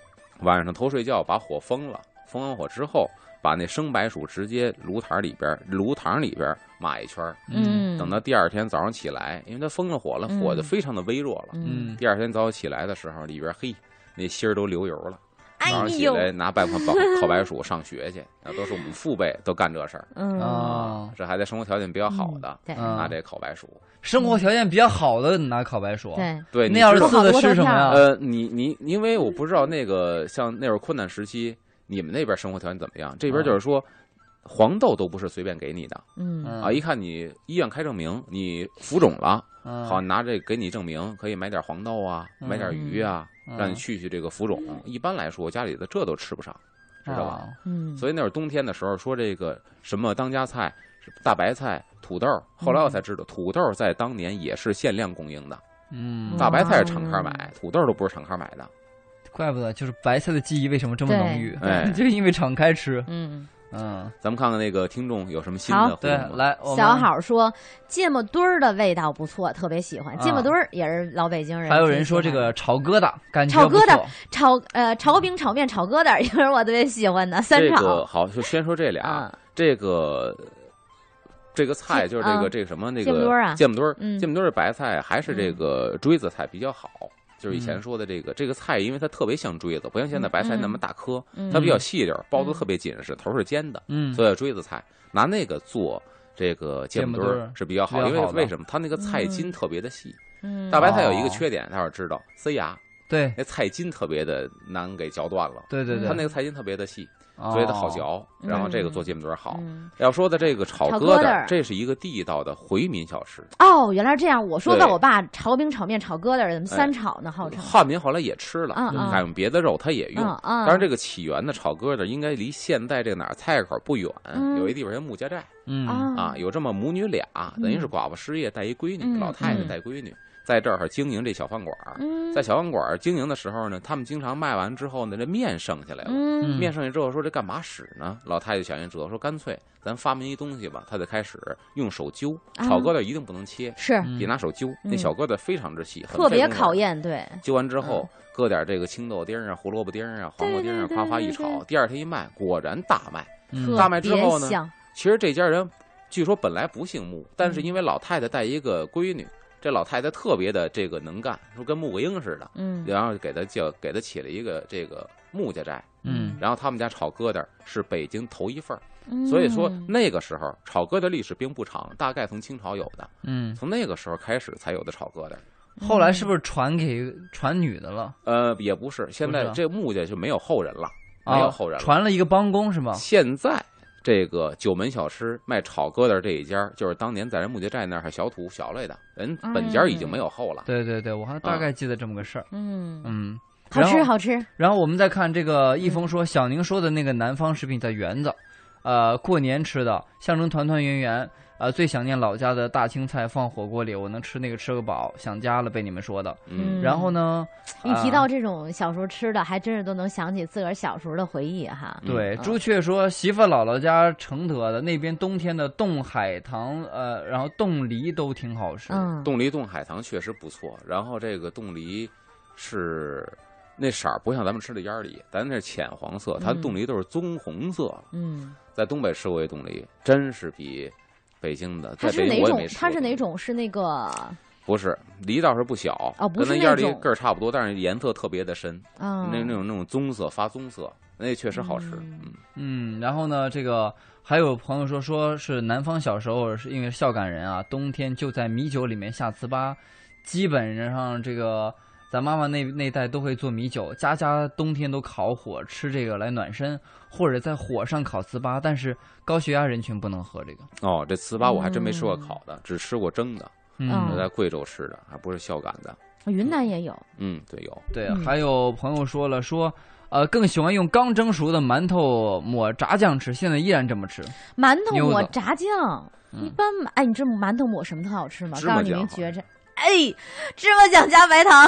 Speaker 3: 晚上偷睡觉把火封了，封完火之后，把那生白薯直接炉台里边儿、炉膛里边儿码一圈儿，
Speaker 2: 嗯，
Speaker 3: 等到第二天早上起来，因为它封了火了，
Speaker 2: 嗯
Speaker 3: 火就非常的微弱了。
Speaker 2: 嗯，
Speaker 1: 嗯，
Speaker 3: 第二天早上起来的时候，里边儿嘿，那芯儿都流油了。
Speaker 2: 哎
Speaker 3: 早上起
Speaker 2: 呦，
Speaker 3: 来拿半块烤 烤白薯上学去，那都是我们父辈都干这事儿。
Speaker 2: 嗯，
Speaker 1: 啊，
Speaker 3: 这还在生活条件比较好的，
Speaker 2: 对
Speaker 1: 嗯
Speaker 3: 拿这烤白薯。
Speaker 1: 生活条件比较好的拿烤白
Speaker 3: 嗯
Speaker 1: 薯，，
Speaker 2: 对，
Speaker 3: 对，
Speaker 1: 那要
Speaker 3: 你
Speaker 1: 是啊
Speaker 3: 知道
Speaker 1: 刺的吃什么呀？
Speaker 3: 呃，你你，因为我不知道那个像那会儿困难时期，你们那边生活条件怎么样？
Speaker 1: 啊
Speaker 3: 这边就是说，黄豆都不是随便给你的
Speaker 2: 嗯
Speaker 1: 嗯
Speaker 3: 啊！一看你医院开证明，你浮肿了，
Speaker 1: 嗯
Speaker 3: 好拿这给你证明，可以买点黄豆啊，
Speaker 1: 嗯
Speaker 3: 买点鱼啊，
Speaker 1: 嗯
Speaker 3: 让你去去这个浮肿。一般来说，家里的这都吃不上，知道吧？？
Speaker 1: 啊
Speaker 2: 嗯，
Speaker 3: 所以那会儿冬天的时候说这个什么当家菜。大白菜、土
Speaker 2: 嗯
Speaker 3: 豆，后来我才知道，土豆在当年也是限量供应的。
Speaker 1: 嗯，
Speaker 3: 大白菜是厂
Speaker 2: 哦
Speaker 3: 家买，土豆都不是厂家买的。
Speaker 1: 怪不得就是白菜的记忆为什么这么浓郁，
Speaker 3: 对哎
Speaker 1: 就是因为敞开吃，
Speaker 2: 嗯，
Speaker 1: 嗯，
Speaker 3: 咱们看看那个听众有什么新
Speaker 2: 好
Speaker 3: 的互
Speaker 1: 对
Speaker 3: 动，吗？
Speaker 1: 来，我们
Speaker 2: 小，好说芥末墩儿的味道不错，特别喜欢
Speaker 1: 啊
Speaker 2: 芥末墩儿，也是老北京人。
Speaker 1: 还有人说这个炒疙瘩，感觉
Speaker 2: 炒
Speaker 1: 不
Speaker 2: 疙瘩
Speaker 1: 错，
Speaker 2: 炒呃炒饼、炒面、炒疙瘩， 也是我特别喜欢的三
Speaker 3: 这个
Speaker 2: 炒
Speaker 3: 好，就先说这俩。
Speaker 2: 啊，
Speaker 3: 这个这个
Speaker 2: 芥
Speaker 3: 菜就是这
Speaker 2: 嗯
Speaker 3: 个这个什么那
Speaker 2: 芥末墩儿啊
Speaker 3: 个芥末墩儿，
Speaker 2: 嗯
Speaker 3: 芥末墩儿白菜还是这个锥子菜比较好。就是以前
Speaker 1: 嗯
Speaker 3: 说的这个这个菜，因为它特别像锥子，不像现在白菜那么大颗，
Speaker 2: 嗯
Speaker 3: 它比较细溜儿，包的特别紧实，头儿是尖的，
Speaker 1: 嗯，
Speaker 3: 所以叫锥子菜拿那个做。这个芥末
Speaker 1: 芥末
Speaker 3: 墩
Speaker 1: 墩
Speaker 3: 儿
Speaker 1: 儿
Speaker 3: 是比较好，
Speaker 1: 比
Speaker 3: 因
Speaker 1: 较
Speaker 3: 为
Speaker 1: 好的
Speaker 3: 为什么？它那个菜筋特别的细。
Speaker 2: 嗯
Speaker 3: 大白菜有一个
Speaker 1: 哦
Speaker 3: 缺点，大伙儿知道，塞牙，
Speaker 1: 对
Speaker 3: 那菜筋特别的难给嚼断了。
Speaker 1: 对对对，哦
Speaker 3: 它嗯那个菜筋特别的细，
Speaker 1: 那
Speaker 3: 所以它好嚼。然后这个
Speaker 2: 嗯
Speaker 3: 做芥末墩儿好。
Speaker 2: 嗯
Speaker 3: 要说的这个炒
Speaker 2: 炒
Speaker 3: 疙
Speaker 2: 疙瘩
Speaker 3: 瘩
Speaker 2: 儿，
Speaker 3: 这是一个地道的回民小吃。
Speaker 2: 哦，原来是这样。我说
Speaker 3: 对
Speaker 2: 问我爸炒饼、炒面、炒疙瘩儿怎么三炒呢？号称
Speaker 3: 汉民后来也吃了
Speaker 2: 嗯嗯，
Speaker 3: 改用别的肉它也用。
Speaker 2: 嗯嗯，
Speaker 3: 当然，这个起源的炒疙瘩应该离现在这个哪儿菜市口不远，
Speaker 2: 嗯
Speaker 3: 有一地方叫穆家寨
Speaker 1: 嗯
Speaker 2: 啊
Speaker 3: 啊，有这么母女俩，等于是寡妇失业带一闺女，
Speaker 2: 嗯
Speaker 3: 老太太
Speaker 1: 嗯
Speaker 3: 带闺女，在这儿经营这小饭馆儿。
Speaker 2: 嗯
Speaker 3: 在小饭馆儿经营的时候呢，他们经常卖完之后呢，这面剩下来了。
Speaker 2: 嗯
Speaker 1: 嗯
Speaker 3: 面剩下之后说这干嘛使呢？老太太想一辙，说干脆咱发明一东西吧。她就开始用手揪
Speaker 2: 啊
Speaker 3: 炒疙瘩，一定不能切，
Speaker 2: 是
Speaker 1: 嗯
Speaker 3: 得拿手揪。那
Speaker 2: 嗯
Speaker 3: 小疙瘩非常之细，很
Speaker 2: 特
Speaker 3: 费
Speaker 2: 别
Speaker 3: 工夫
Speaker 2: 考。验，对，
Speaker 3: 揪完之后，搁点这个青豆丁儿啊、胡萝卜丁儿啊、黄瓜丁儿
Speaker 2: 对
Speaker 3: 啊，
Speaker 2: 对
Speaker 3: 夸夸一
Speaker 2: 对对
Speaker 3: 炒，第二天一卖，果然大卖。
Speaker 1: 嗯
Speaker 2: 特
Speaker 3: 大麦之
Speaker 2: 别
Speaker 3: 后呢
Speaker 2: 香
Speaker 3: 其实这家人据说本来不姓穆，但是
Speaker 2: 嗯
Speaker 3: 因为老太太带一个闺女，这老太太特别的这个能干，说跟穆桂英似的，
Speaker 2: 嗯，
Speaker 3: 然后给她叫给她起了一个这个穆家寨。
Speaker 1: 嗯
Speaker 3: 然后他们家炒疙瘩是北京头一份儿，所以说
Speaker 2: 嗯
Speaker 3: 那个时候炒疙瘩历史并不长，大概从清朝有的，
Speaker 1: 嗯，
Speaker 3: 从那个时候开始才有的炒疙瘩。
Speaker 1: 后来是不是传给传女的了？
Speaker 3: 呃，也不是，现
Speaker 1: 不
Speaker 3: 在
Speaker 1: 是
Speaker 3: 这穆家就没有后人了，
Speaker 1: 啊
Speaker 3: 没有后人了。
Speaker 1: 传了一个帮工是吧？
Speaker 3: 现在这个九门小吃卖炒疙瘩这一家，就是当年在人穆家寨那儿还小土小来的，人
Speaker 2: 嗯
Speaker 3: 本家已经没有后了。
Speaker 1: 对对对，我还大概记得这么个事儿。
Speaker 2: 嗯，
Speaker 1: 嗯，
Speaker 2: 好
Speaker 1: 然
Speaker 2: 吃
Speaker 1: 后
Speaker 2: 好吃，
Speaker 1: 然后我们再看这
Speaker 2: 嗯
Speaker 1: 个一峰说，小宁说的那个南方食品叫圆子，呃，过年吃的，象征团团圆圆。呃，最想念老家的大青菜放火锅里，我能吃那个吃个饱，想家了被你们说的。
Speaker 2: 嗯
Speaker 1: 然后呢，
Speaker 2: 一提
Speaker 1: 啊
Speaker 2: 到这种小时候吃的，还真是都能想起自个儿小时候的回忆哈。
Speaker 1: 对，
Speaker 2: 嗯
Speaker 1: 朱雀说媳妇姥姥家承德的那边冬天的冻海棠，呃，然后冻梨都挺好吃。
Speaker 2: 嗯，
Speaker 3: 冻梨冻海棠确实不错，然后这个冻梨是那色儿不像咱们吃的烟梨，咱那是浅黄色，它
Speaker 2: 嗯
Speaker 3: 冻梨都是棕红色。
Speaker 2: 嗯，
Speaker 3: 在东北吃过一冻梨，真是比北京的，
Speaker 2: 它
Speaker 3: 在
Speaker 2: 是
Speaker 3: 北
Speaker 2: 哪
Speaker 3: 京我也
Speaker 2: 种
Speaker 3: 没？吃。
Speaker 2: 它是哪？种？是那个
Speaker 3: 不是梨倒是不小，
Speaker 2: 哦不是
Speaker 3: 跟那
Speaker 2: 那
Speaker 3: 烟梨
Speaker 2: 种
Speaker 3: 个儿差不多，但是颜色特别的深，
Speaker 2: 啊，
Speaker 3: 那那种那种棕色发棕色，那确实好吃。
Speaker 2: 嗯
Speaker 3: 嗯，
Speaker 1: 嗯，然后呢，这个还有朋友说，说是南方小时候是因为孝感人啊，冬天就在米酒里面下糍粑，基本上这个咱妈妈那那代都会做米酒，家家冬天都烤火吃这个来暖身，或者在火上烤糍粑，但是高血压人群不能喝这个。
Speaker 3: 哦，这糍粑我还真没吃过烤的，只吃过蒸的，
Speaker 2: 嗯
Speaker 3: 我在贵州吃的，还不是孝感的。
Speaker 2: 云南也有，
Speaker 3: 嗯，对，有
Speaker 1: 对，
Speaker 2: 嗯
Speaker 1: 还有朋友说了说，呃，更喜欢用刚蒸熟的馒头抹炸酱吃，现在依然这么吃。
Speaker 2: 馒头
Speaker 1: 妞
Speaker 2: 抹
Speaker 1: 子
Speaker 2: 炸酱，一
Speaker 1: 嗯
Speaker 2: 般哎，你这馒头抹什么特好吃吗？
Speaker 3: 芝麻
Speaker 2: 告诉你
Speaker 3: 酱
Speaker 2: 们
Speaker 3: 好
Speaker 2: 觉着，哎，芝麻酱加白糖，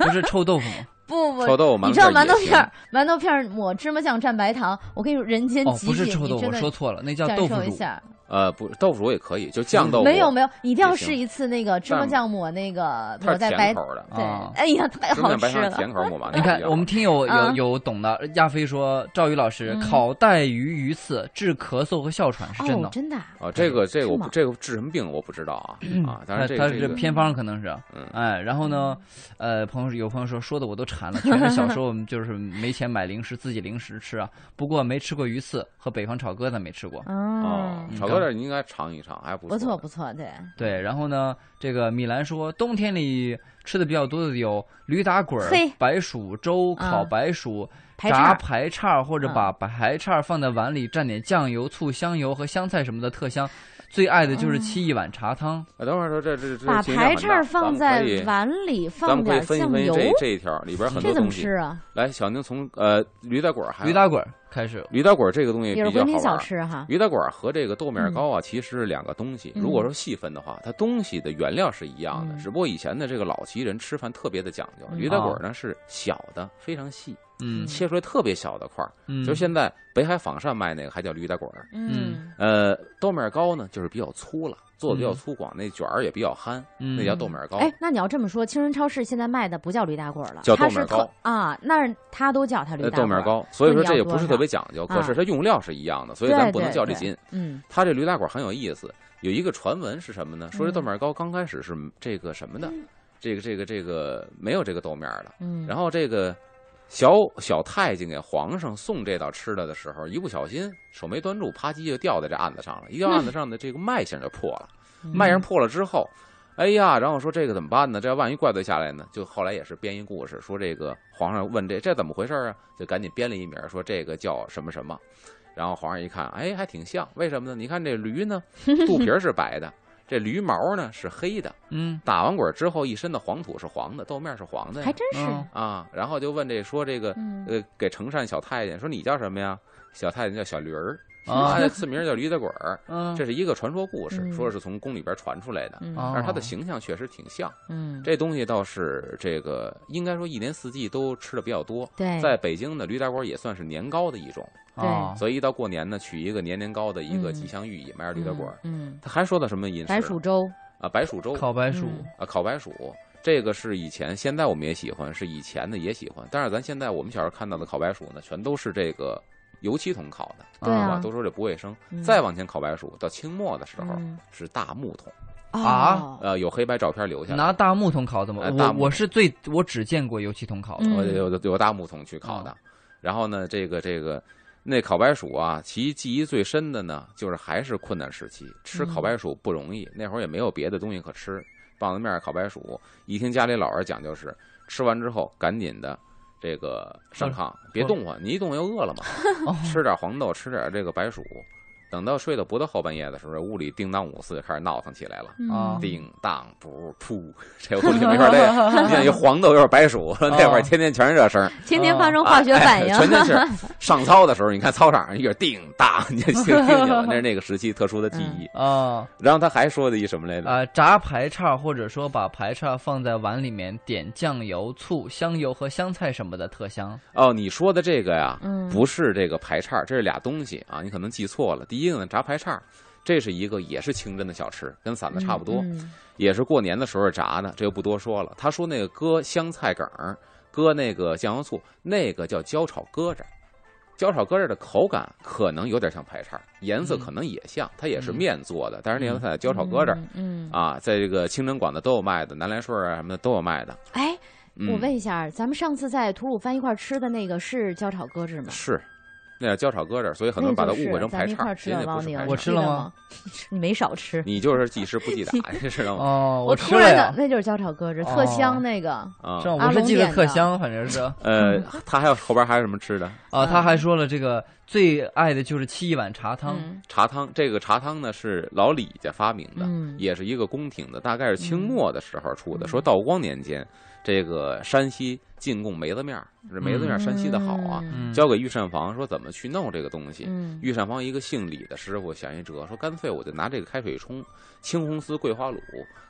Speaker 1: 不是臭豆腐 吗？
Speaker 2: 不不，
Speaker 3: 臭豆腐
Speaker 2: 你
Speaker 3: 馒
Speaker 2: 知道馒头
Speaker 3: 头
Speaker 2: 片儿，馒头片儿抹芝麻酱蘸白糖，我跟你说，人间
Speaker 1: 哦，
Speaker 2: 极
Speaker 1: 不
Speaker 2: 品，
Speaker 1: 是臭豆
Speaker 2: 你
Speaker 1: 腐，
Speaker 2: 真
Speaker 1: 我
Speaker 2: 的
Speaker 1: 说错了，那叫
Speaker 2: 感
Speaker 1: 豆腐
Speaker 2: 受一
Speaker 1: 乳。
Speaker 2: 下。
Speaker 3: 呃，不，豆腐乳也可以，就酱豆腐。
Speaker 2: 没有没有，你一定要
Speaker 3: 也行
Speaker 2: 试一次那个芝麻
Speaker 3: 但
Speaker 2: 酱抹那个
Speaker 3: 它
Speaker 2: 抹
Speaker 3: 是
Speaker 2: 在白
Speaker 3: 甜，口的，
Speaker 2: 对
Speaker 1: 啊，
Speaker 2: 哎呀，太
Speaker 3: 芝
Speaker 2: 好
Speaker 3: 麻酱白
Speaker 2: 吃
Speaker 3: 糖
Speaker 2: 了。
Speaker 3: 甜口抹馒头。
Speaker 1: 你看，我们听友有
Speaker 2: 嗯
Speaker 1: 有懂的，亚飞说赵宇老师
Speaker 2: 嗯
Speaker 1: 烤带鱼鱼刺治咳嗽和哮喘是真
Speaker 2: 哦
Speaker 1: 的，，
Speaker 2: 真的啊，
Speaker 3: 啊，这个这个我
Speaker 2: 是
Speaker 3: 不
Speaker 2: 吗嗯
Speaker 3: 这个治什么病我不知道啊啊，当
Speaker 1: 他
Speaker 3: 然这
Speaker 1: 他
Speaker 3: 个这
Speaker 1: 这
Speaker 3: 个
Speaker 1: 偏方可能是
Speaker 3: 嗯，
Speaker 1: 哎，然后呢，呃，朋友有朋友说说的我都馋了，全是小时候我们就是没钱买零食，自己零食吃啊，不过没吃过鱼刺和北方炒疙瘩没吃过，
Speaker 3: 哦
Speaker 2: 哦，，
Speaker 3: 炒疙瘩你应该尝一尝，还不
Speaker 2: 不错
Speaker 3: 错。
Speaker 2: 不错，对，
Speaker 1: 对，然后呢，这个米兰说，冬天里吃的比较多的有驴打滚儿
Speaker 2: 嘿、
Speaker 1: 白薯粥、
Speaker 2: 啊
Speaker 1: 烤白薯、
Speaker 2: 排
Speaker 1: 炸
Speaker 2: 叉
Speaker 1: 排叉，或者
Speaker 2: 嗯
Speaker 1: 把排叉放在碗里，蘸点酱油、醋、香油和香菜什么的，特香。最爱的
Speaker 2: 嗯
Speaker 1: 就是沏一碗茶汤。
Speaker 3: 啊等会儿说这这这
Speaker 2: 把
Speaker 3: 尽
Speaker 2: 排
Speaker 3: 量很
Speaker 2: 叉
Speaker 3: 大
Speaker 2: 放
Speaker 3: 咱
Speaker 2: 在
Speaker 3: 们可以
Speaker 2: 碗里，
Speaker 3: 咱
Speaker 2: 放
Speaker 3: 们可
Speaker 2: 点
Speaker 3: 以分析
Speaker 2: 酱
Speaker 3: 分析
Speaker 2: 油，
Speaker 3: 这这一条里边很多
Speaker 2: 这怎么
Speaker 3: 东西
Speaker 2: 吃。啊？
Speaker 3: 来，小宁从呃驴打滚儿还有
Speaker 1: 驴打滚儿开始，
Speaker 3: 驴打滚儿这个东西比
Speaker 2: 也是
Speaker 3: 较好
Speaker 2: 回
Speaker 3: 玩
Speaker 2: 民小
Speaker 3: 儿。
Speaker 2: 吃哈。
Speaker 3: 驴打滚儿和这个豆面糕啊，其实是两个东西。
Speaker 2: 嗯
Speaker 3: 如果说细分的话，它东西的原料是一样的，
Speaker 2: 嗯
Speaker 3: 只不过以前的这个老齐人吃饭特别的讲究。
Speaker 2: 嗯
Speaker 3: 驴打滚儿呢是小的，非常细，
Speaker 1: 嗯
Speaker 3: 切出来特别小的块儿。
Speaker 1: 嗯，
Speaker 3: 就是现在北海坊上卖那个还叫驴打滚儿。
Speaker 2: 嗯，
Speaker 3: 呃，豆面糕呢就是比较粗了，做的比较
Speaker 1: 嗯
Speaker 3: 粗犷，那卷儿也比较憨，
Speaker 1: 嗯
Speaker 3: 那叫豆面糕。
Speaker 2: 哎，那你要这么说，青春超市现在卖的不叫驴打滚了，
Speaker 3: 叫
Speaker 2: 它
Speaker 3: 豆面
Speaker 2: 是
Speaker 3: 糕
Speaker 2: 特啊，那他都叫它驴
Speaker 3: 那
Speaker 2: 打
Speaker 3: 呃豆
Speaker 2: 滚
Speaker 3: 面。糕，所以说
Speaker 2: 你
Speaker 3: 这
Speaker 2: 要
Speaker 3: 也不
Speaker 2: 多
Speaker 3: 是
Speaker 2: 少
Speaker 3: 特别讲究，可
Speaker 2: 啊
Speaker 3: 是它用料是一样的，所以
Speaker 2: 对
Speaker 3: 咱不能
Speaker 2: 对
Speaker 3: 较这
Speaker 2: 对
Speaker 3: 劲。
Speaker 2: 嗯，
Speaker 3: 它这驴打滚很有意思，有一个传闻是什么呢？说这豆面糕刚开始是这个什么的，这个这个这个没有这个豆面儿了。
Speaker 2: 嗯，
Speaker 3: 然后这个小小太监给皇上送这道吃的的时候，一不小心手没端住，啪叽就掉在这案子上了。一掉
Speaker 2: 嗯
Speaker 3: 案子上的这个脉象就破了，脉象破了之后，哎呀，然后说这个怎么办呢？这万一怪罪下来呢？就后来也是编一故事，说这个皇上问这这怎么回事啊？就赶紧编了一名儿，说这个叫什么什么。然后皇上一看，哎，还挺像，为什么呢？你看这驴 呢，肚皮儿是白的，这驴毛呢是黑的，
Speaker 1: 嗯
Speaker 3: 打完滚儿之后一身的黄土是黄的，豆面儿是黄的呀，
Speaker 2: 还真是，
Speaker 1: 嗯
Speaker 3: 啊，然后就问这说这个
Speaker 2: 嗯，
Speaker 3: 呃给承善小太监说你叫什么呀？小太监叫小驴儿，
Speaker 1: 啊
Speaker 3: 他的次名儿叫驴打滚儿，
Speaker 1: 嗯，
Speaker 3: 这是一个传说故事，
Speaker 2: 嗯
Speaker 3: 说是从宫里边传出来的，
Speaker 2: 嗯
Speaker 1: 啊
Speaker 3: 但是他的形象确实挺像。
Speaker 2: 嗯，
Speaker 3: 这东西倒是这个应该说一年四季都吃的比较多。
Speaker 2: 对，
Speaker 3: 在北京呢，驴打滚儿也算是年糕的一种，
Speaker 2: 对
Speaker 1: 啊
Speaker 3: 所以一到过年呢，取一个年年糕的一个
Speaker 2: 哦嗯
Speaker 3: 吉祥寓意，买点驴打滚儿。
Speaker 2: 嗯，
Speaker 3: 他还说到什么饮食？
Speaker 2: 白薯粥，
Speaker 3: 啊，白薯粥
Speaker 1: 烤白薯，
Speaker 2: 嗯
Speaker 3: 啊，烤白薯，这个是以前，现在我们也喜欢，是以前的也喜欢。但是咱现在我们小时候看到的烤白薯呢，全都是这个油漆桶烤的，
Speaker 2: 对
Speaker 3: 是
Speaker 2: 啊
Speaker 3: 吧？都说这不卫生。
Speaker 2: 嗯
Speaker 3: 再往前烤白薯，到清末的时候、
Speaker 2: 嗯
Speaker 3: 是大木桶，
Speaker 1: 啊
Speaker 2: 哦
Speaker 3: 呃，有黑白照片留下来。
Speaker 1: 拿大木桶烤的吗？
Speaker 3: 哎大
Speaker 1: 我
Speaker 3: 木
Speaker 1: 我是最我只见过油漆桶烤的，
Speaker 2: 嗯
Speaker 3: 有有有有大木桶去烤的，然后呢，这个这个那烤白薯啊，其记忆最深的呢，就是还是困难时期，吃烤白薯不容易，那会儿也没有别的东西可吃，棒子面儿烤白薯，一听家里老人讲究是，吃完之后赶紧的。这个上炕别动啊唤，你一动又饿了嘛。
Speaker 1: 哦
Speaker 3: 吃点黄豆，吃点这个白薯，等到睡到不到后半夜的时候，屋里叮当五四就开始闹腾起来了。
Speaker 2: 嗯
Speaker 1: 啊
Speaker 3: 叮当不噗，这屋里没 法待。你看，一黄豆又是白薯，那会儿天天全是这声儿，
Speaker 2: 天天发生化学哦反应
Speaker 3: 啊哎，全 都是上操的时候，你看操场上一个叮当，你就听听见了，那是那个时期特殊的记
Speaker 2: 嗯
Speaker 3: 忆。
Speaker 1: 啊
Speaker 3: 然后他还说的一什么来着？
Speaker 1: 啊！炸排叉或者说把排叉放在碗里面，点酱油、醋、香油和香菜什么的，特香。
Speaker 3: 哦，你说的这个呀，
Speaker 2: 嗯
Speaker 3: 不是这个排叉，这是俩东西啊，你可能记错了。第一个呢，炸排叉。这是一个也是清真的小吃，跟馓子差不多，
Speaker 2: 嗯
Speaker 3: 也是过年的时候炸的，这就不多说了。他说那个搁香菜梗儿，搁那个酱油醋，那个叫焦炒疙瘩。焦炒疙瘩的口感可能有点像排叉，颜
Speaker 2: 嗯
Speaker 3: 色可能也像，它也是面做的，但是那道菜焦炒疙瘩、，
Speaker 2: 嗯，嗯
Speaker 3: 啊，在这个清真馆子都有卖的，南来顺啊什么的都有卖的。
Speaker 2: 哎，
Speaker 3: 嗯、
Speaker 2: 我问一下，咱们上次在吐鲁番一块儿吃的那个是焦炒疙瘩吗？
Speaker 3: 是，那叫焦炒疙瘩，所以很多人把它误会成排
Speaker 2: 那就是咱们一块
Speaker 3: 叉
Speaker 2: 儿，吃
Speaker 3: 其实
Speaker 2: 的
Speaker 3: 那
Speaker 2: 王
Speaker 3: 不是
Speaker 2: 宁
Speaker 3: 排，
Speaker 1: 我
Speaker 3: 叉
Speaker 1: 吃。了吗？
Speaker 2: 你没少吃，
Speaker 3: 你就是记吃不 记打，你知道吗？
Speaker 1: 哦，
Speaker 2: 我
Speaker 1: 吃
Speaker 2: 突
Speaker 1: 了
Speaker 2: 然的
Speaker 1: 呀，
Speaker 2: 那就是焦炒疙瘩，
Speaker 1: 哦
Speaker 2: 特香那个。
Speaker 3: 啊
Speaker 1: 这，样
Speaker 2: 阿
Speaker 1: 我是
Speaker 2: 龙
Speaker 1: 记得
Speaker 2: 点
Speaker 1: 特
Speaker 2: 的
Speaker 1: 香，反正是
Speaker 3: 呃，他还有后边还有什么吃的？
Speaker 1: 啊。他
Speaker 2: 嗯
Speaker 1: 还说了，这个最爱的就是沏一碗茶汤，
Speaker 2: 嗯
Speaker 3: 茶汤，这个茶汤呢是老李家发明的，
Speaker 2: 嗯
Speaker 3: 也是一个宫廷的，大概是清末的时候出的。
Speaker 2: 嗯
Speaker 3: 说道光年间，这个山西进贡梅子面儿，这梅子面儿山西的好啊，
Speaker 1: 嗯
Speaker 3: 交给御膳房说怎么去弄这个东西。
Speaker 2: 嗯
Speaker 3: 御膳房一个姓李的师傅想一辙，说干脆我就拿这个开水冲，青红丝、桂花卤，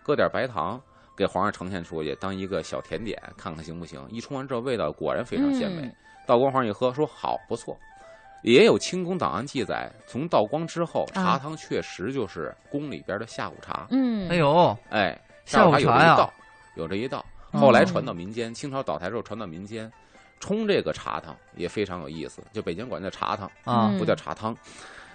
Speaker 3: 搁点白糖，给皇上呈现出去，当一个小甜点，看看行不行。一冲完之后，味道果然非常鲜美。
Speaker 2: 嗯
Speaker 3: 道光皇上一喝，说好，不错。也有清宫档案记载，从道光之后，
Speaker 2: 啊
Speaker 3: 茶汤确实就是宫里边的下午茶。
Speaker 2: 嗯，
Speaker 1: 哎呦，
Speaker 3: 哎，
Speaker 1: 下午
Speaker 3: 茶有这
Speaker 1: 茶呀
Speaker 3: 一道，有这一道。
Speaker 1: 嗯
Speaker 3: 后来传到民间，清朝倒台之后传到民间，冲这个茶汤也非常有意思。就北京管叫茶汤，
Speaker 1: 啊，
Speaker 2: 嗯
Speaker 3: 不叫茶汤。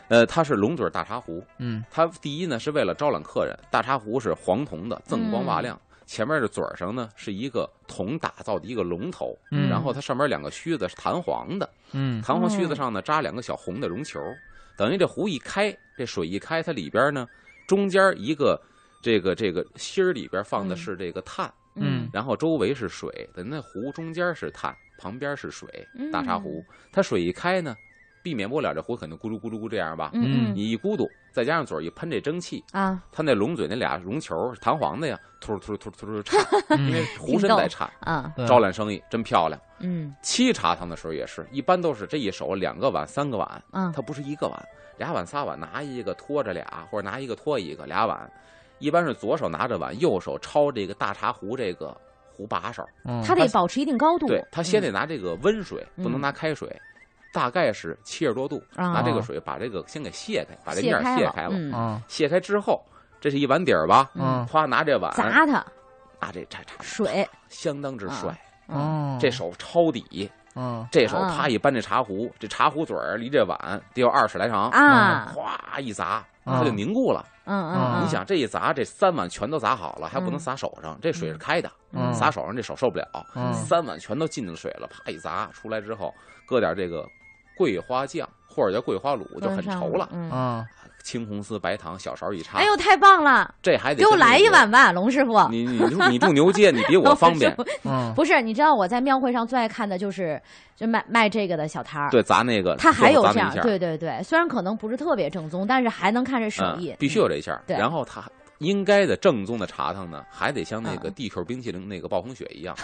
Speaker 3: 呃，它是龙嘴大茶壶，
Speaker 1: 嗯
Speaker 3: 它第一呢是为了招揽客人，大茶壶是黄铜的，锃光
Speaker 1: 嗯
Speaker 3: 瓦亮。前面的嘴儿上呢是一个铜打造的一个龙头，
Speaker 1: 嗯
Speaker 3: 然后它上面两个须子是弹簧的，
Speaker 1: 嗯
Speaker 3: 弹簧须子上呢扎两个小红的绒球，等于这壶一开，这水一开，它里边呢中间一个这个这个芯儿里边放的是这个碳，
Speaker 1: 嗯
Speaker 3: 然后周围是水，等于那壶中间是碳，旁边是水，
Speaker 2: 嗯
Speaker 3: 大茶壶，它水一开呢，避免不了这壶肯定咕噜咕噜咕噜这样吧，
Speaker 2: 嗯嗯
Speaker 3: 你一咕嘟，再加上嘴儿一喷这蒸汽，
Speaker 2: 啊，
Speaker 3: 它那龙嘴那俩绒球儿是弹簧的呀，突突突突突 颤，因为
Speaker 1: 嗯，
Speaker 3: 壶身在颤，
Speaker 2: 啊，
Speaker 1: 对
Speaker 3: 招揽生意真漂亮。
Speaker 2: 嗯
Speaker 3: 沏茶汤的时候也是，一般都是这一手两个碗、三个碗，
Speaker 2: 啊，
Speaker 3: 它不是一个碗，俩碗仨碗拿一个托着俩，或者拿一个托一个，俩碗，一般是左手拿着碗，右手抄这个大茶壶这个壶把手，
Speaker 1: 嗯
Speaker 2: 它得保持一定高度。
Speaker 3: 对他先得拿这个温水，
Speaker 2: 嗯
Speaker 3: 不能拿开水。大概是七十多度，
Speaker 2: 啊
Speaker 3: 拿这个水把这个先给卸开，把这
Speaker 2: 卸
Speaker 3: 面儿
Speaker 2: 开
Speaker 3: 卸
Speaker 2: 了
Speaker 3: 开了，
Speaker 2: 嗯
Speaker 1: 啊
Speaker 3: 卸开之后，这是一碗底儿吧？
Speaker 1: 嗯
Speaker 3: 夸拿这碗，
Speaker 2: 砸啊它
Speaker 3: 拿这叉叉，
Speaker 2: 水，
Speaker 3: 相当之帅。
Speaker 1: 哦，
Speaker 3: 嗯这手抄底，
Speaker 1: 嗯
Speaker 3: 这手
Speaker 2: 啊
Speaker 3: 嗯啪一扳这茶壶，这茶壶嘴儿离这碗得有二十来长，
Speaker 2: 啊，
Speaker 3: 哗一砸，它就凝固了。
Speaker 2: 嗯
Speaker 1: 啊
Speaker 2: 嗯，
Speaker 3: 你想这一砸，这三碗全都砸好了，还不能洒手上，这水是开的，
Speaker 1: 嗯
Speaker 3: 洒手上这手受不了。
Speaker 1: 嗯
Speaker 3: 三碗全都进进水了，啪一砸出来之后，搁点这个桂花酱或者叫桂花卤，就很稠了。
Speaker 2: 嗯，
Speaker 1: 啊
Speaker 3: 青红丝、白糖，小勺一插，
Speaker 2: 哎呦，太棒了！
Speaker 3: 这还得
Speaker 2: 给我
Speaker 3: 跟那
Speaker 2: 来
Speaker 3: 个
Speaker 2: 一。碗哦吧，龙师傅。。
Speaker 3: 你你住你住牛街，你比我方便
Speaker 2: 不是
Speaker 1: 嗯
Speaker 2: 不是，你知道我在庙会上最爱看的就是就卖卖这个的小摊儿。
Speaker 3: 对，砸那个，
Speaker 2: 他还有这样
Speaker 3: 砸那一，下
Speaker 2: 对对对，虽然可能不是特别正宗，但是还能看这手艺
Speaker 3: 嗯，，必须有这一下儿。
Speaker 2: 对
Speaker 3: 然后他应该的正宗的茶汤呢，还得像那
Speaker 2: 嗯
Speaker 3: 个 DQ 冰淇淋那个暴风雪一 样，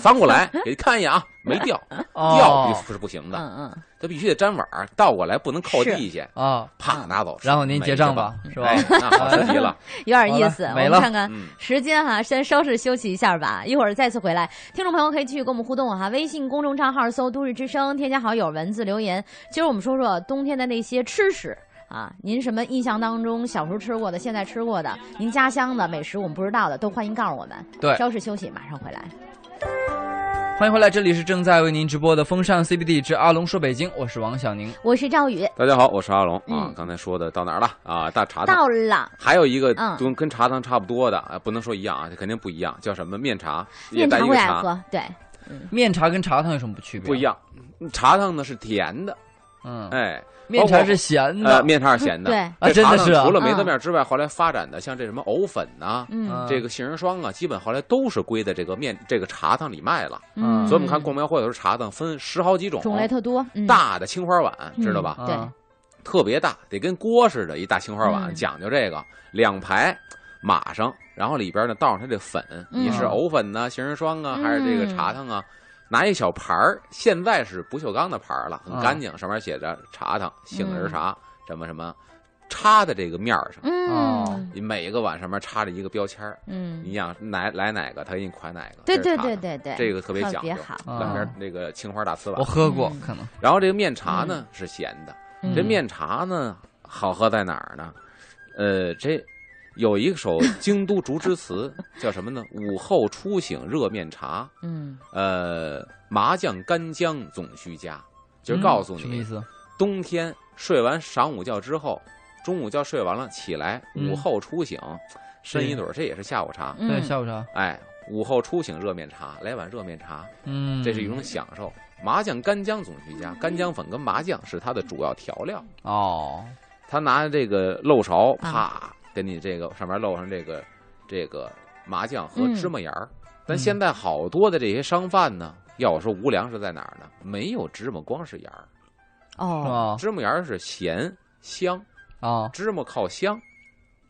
Speaker 3: 翻过来给看一眼啊，没掉，掉
Speaker 1: 哦
Speaker 3: 不是不行的，
Speaker 2: 嗯嗯，
Speaker 3: 它必须得粘碗儿，倒过来不能靠
Speaker 2: 是
Speaker 3: 地去，
Speaker 1: 啊，
Speaker 3: 啪拿走。
Speaker 1: 然后您结账吧，是吧
Speaker 3: 哎？，那 好升级了，
Speaker 2: 有点意思。
Speaker 1: 好了
Speaker 2: 我
Speaker 1: 没
Speaker 2: 们
Speaker 1: 了
Speaker 2: 看看
Speaker 3: 嗯。
Speaker 2: 时间哈、先稍事休息一下吧，一会儿再次回来。听众朋友可以继续跟我们互动哈、微信公众账号搜“都市之声”，添加好友，文字留言。今儿我们说说冬天的那些吃食。啊，您什么印象当中小时候吃过的，现在吃过的，您家乡的美食我们不知道的，都欢迎告诉我们。
Speaker 1: 对
Speaker 2: 稍事休息，马上回来。
Speaker 1: 欢迎回来，这里是正在为您直播的风尚 CBD 之阿龙说北京，我是王小宁。
Speaker 2: 我是赵宇，
Speaker 3: 大家好，我是阿龙啊
Speaker 2: 嗯。
Speaker 3: 刚才说的到哪儿了啊？大茶汤。
Speaker 2: 到了
Speaker 3: 还有一个
Speaker 2: 嗯
Speaker 3: 跟跟茶汤差不多的，啊不能说一样啊，这肯定不一样，叫什么面茶？也
Speaker 2: 面
Speaker 3: 带
Speaker 2: 茶
Speaker 3: 一
Speaker 2: 会
Speaker 3: 个
Speaker 2: 爱
Speaker 3: 茶，
Speaker 2: 喝，对，
Speaker 1: 面茶跟茶汤有什么区别？啊
Speaker 3: 不一。样。茶汤呢是甜的，
Speaker 1: 嗯，
Speaker 3: 哎，
Speaker 1: 面茶是咸
Speaker 3: 呃
Speaker 1: 的。
Speaker 3: 面茶是咸的，
Speaker 2: 对
Speaker 1: 啊
Speaker 3: 这
Speaker 1: 真的
Speaker 3: 茶呢
Speaker 1: 是啊
Speaker 3: 除了梅子
Speaker 2: 嗯
Speaker 3: 面之外，后来发展的像这什么藕粉呐、
Speaker 2: 嗯
Speaker 1: 嗯
Speaker 3: 这个杏仁霜啊，基本后来都是归在这个面这个茶汤里卖了。
Speaker 1: 嗯
Speaker 3: 所以我们看逛庙会的时候，茶汤分十好几种，
Speaker 2: 种类特多，嗯、
Speaker 3: 大的青花碗知道吧？
Speaker 2: 嗯
Speaker 1: 啊
Speaker 2: 对
Speaker 3: 特别大，得跟锅似的，一大青花碗，
Speaker 2: 嗯
Speaker 3: 讲究这个，两排码上，然后里边呢倒上它这粉，
Speaker 2: 嗯
Speaker 3: 你是藕粉呐、杏仁霜啊，
Speaker 2: 嗯
Speaker 3: 还是这个茶汤啊？拿一小盘儿，现在是不锈钢的盘儿了，很
Speaker 1: 啊
Speaker 2: 嗯
Speaker 3: 干净，上面写着茶汤、杏仁茶，什么什么，插在这个面儿上，
Speaker 2: 嗯、
Speaker 1: 哦
Speaker 3: 你每一个碗上面插着一个标签儿，
Speaker 2: 嗯，
Speaker 3: 你想来来哪个，他给你款哪个。
Speaker 2: 对
Speaker 3: 哦这是
Speaker 2: 对
Speaker 3: 茶
Speaker 2: 对对对，
Speaker 3: 汤，这个特别
Speaker 2: 特
Speaker 3: 讲
Speaker 2: 别
Speaker 3: 究。
Speaker 2: 好，
Speaker 3: 两边
Speaker 1: 啊
Speaker 3: 那个青花大瓷碗
Speaker 1: 我，喝过
Speaker 2: 嗯，
Speaker 1: 可能
Speaker 3: 然后这个面茶呢是咸的，
Speaker 1: 嗯
Speaker 3: 这面茶呢，好喝在哪儿呢？呃，这有一首京都竹枝词，叫什么呢？午后初醒热面茶，
Speaker 2: 嗯
Speaker 3: 呃，麻酱干姜总须加，就
Speaker 1: 嗯
Speaker 3: 是告诉
Speaker 1: 什么意
Speaker 3: 你，
Speaker 1: 思？
Speaker 3: 冬天睡完晌午觉之后，中午觉睡完了起来，
Speaker 1: 嗯
Speaker 3: 午后初醒，伸一
Speaker 1: 对
Speaker 3: 盹儿，这也是下午茶。
Speaker 1: 对，
Speaker 2: 嗯，
Speaker 1: 下午茶。
Speaker 3: 哎，午后初醒热面茶，来碗热面茶，
Speaker 1: 嗯，
Speaker 3: 这是一种享受。麻酱干姜总须加，干姜粉跟麻酱是它的主要调料。
Speaker 1: 哦，
Speaker 3: 他拿这个漏勺，
Speaker 2: 啊
Speaker 3: 啪，给你这个上面漏上这个这个麻酱
Speaker 2: 嗯
Speaker 3: 和芝麻盐儿。但现在好多的这些商贩呢，要我说无良是在哪儿呢？没有芝麻，光是盐儿。
Speaker 1: 是
Speaker 2: 哦，
Speaker 1: 吧？
Speaker 3: 芝麻盐儿是咸香，
Speaker 1: 啊，
Speaker 3: 芝麻靠香，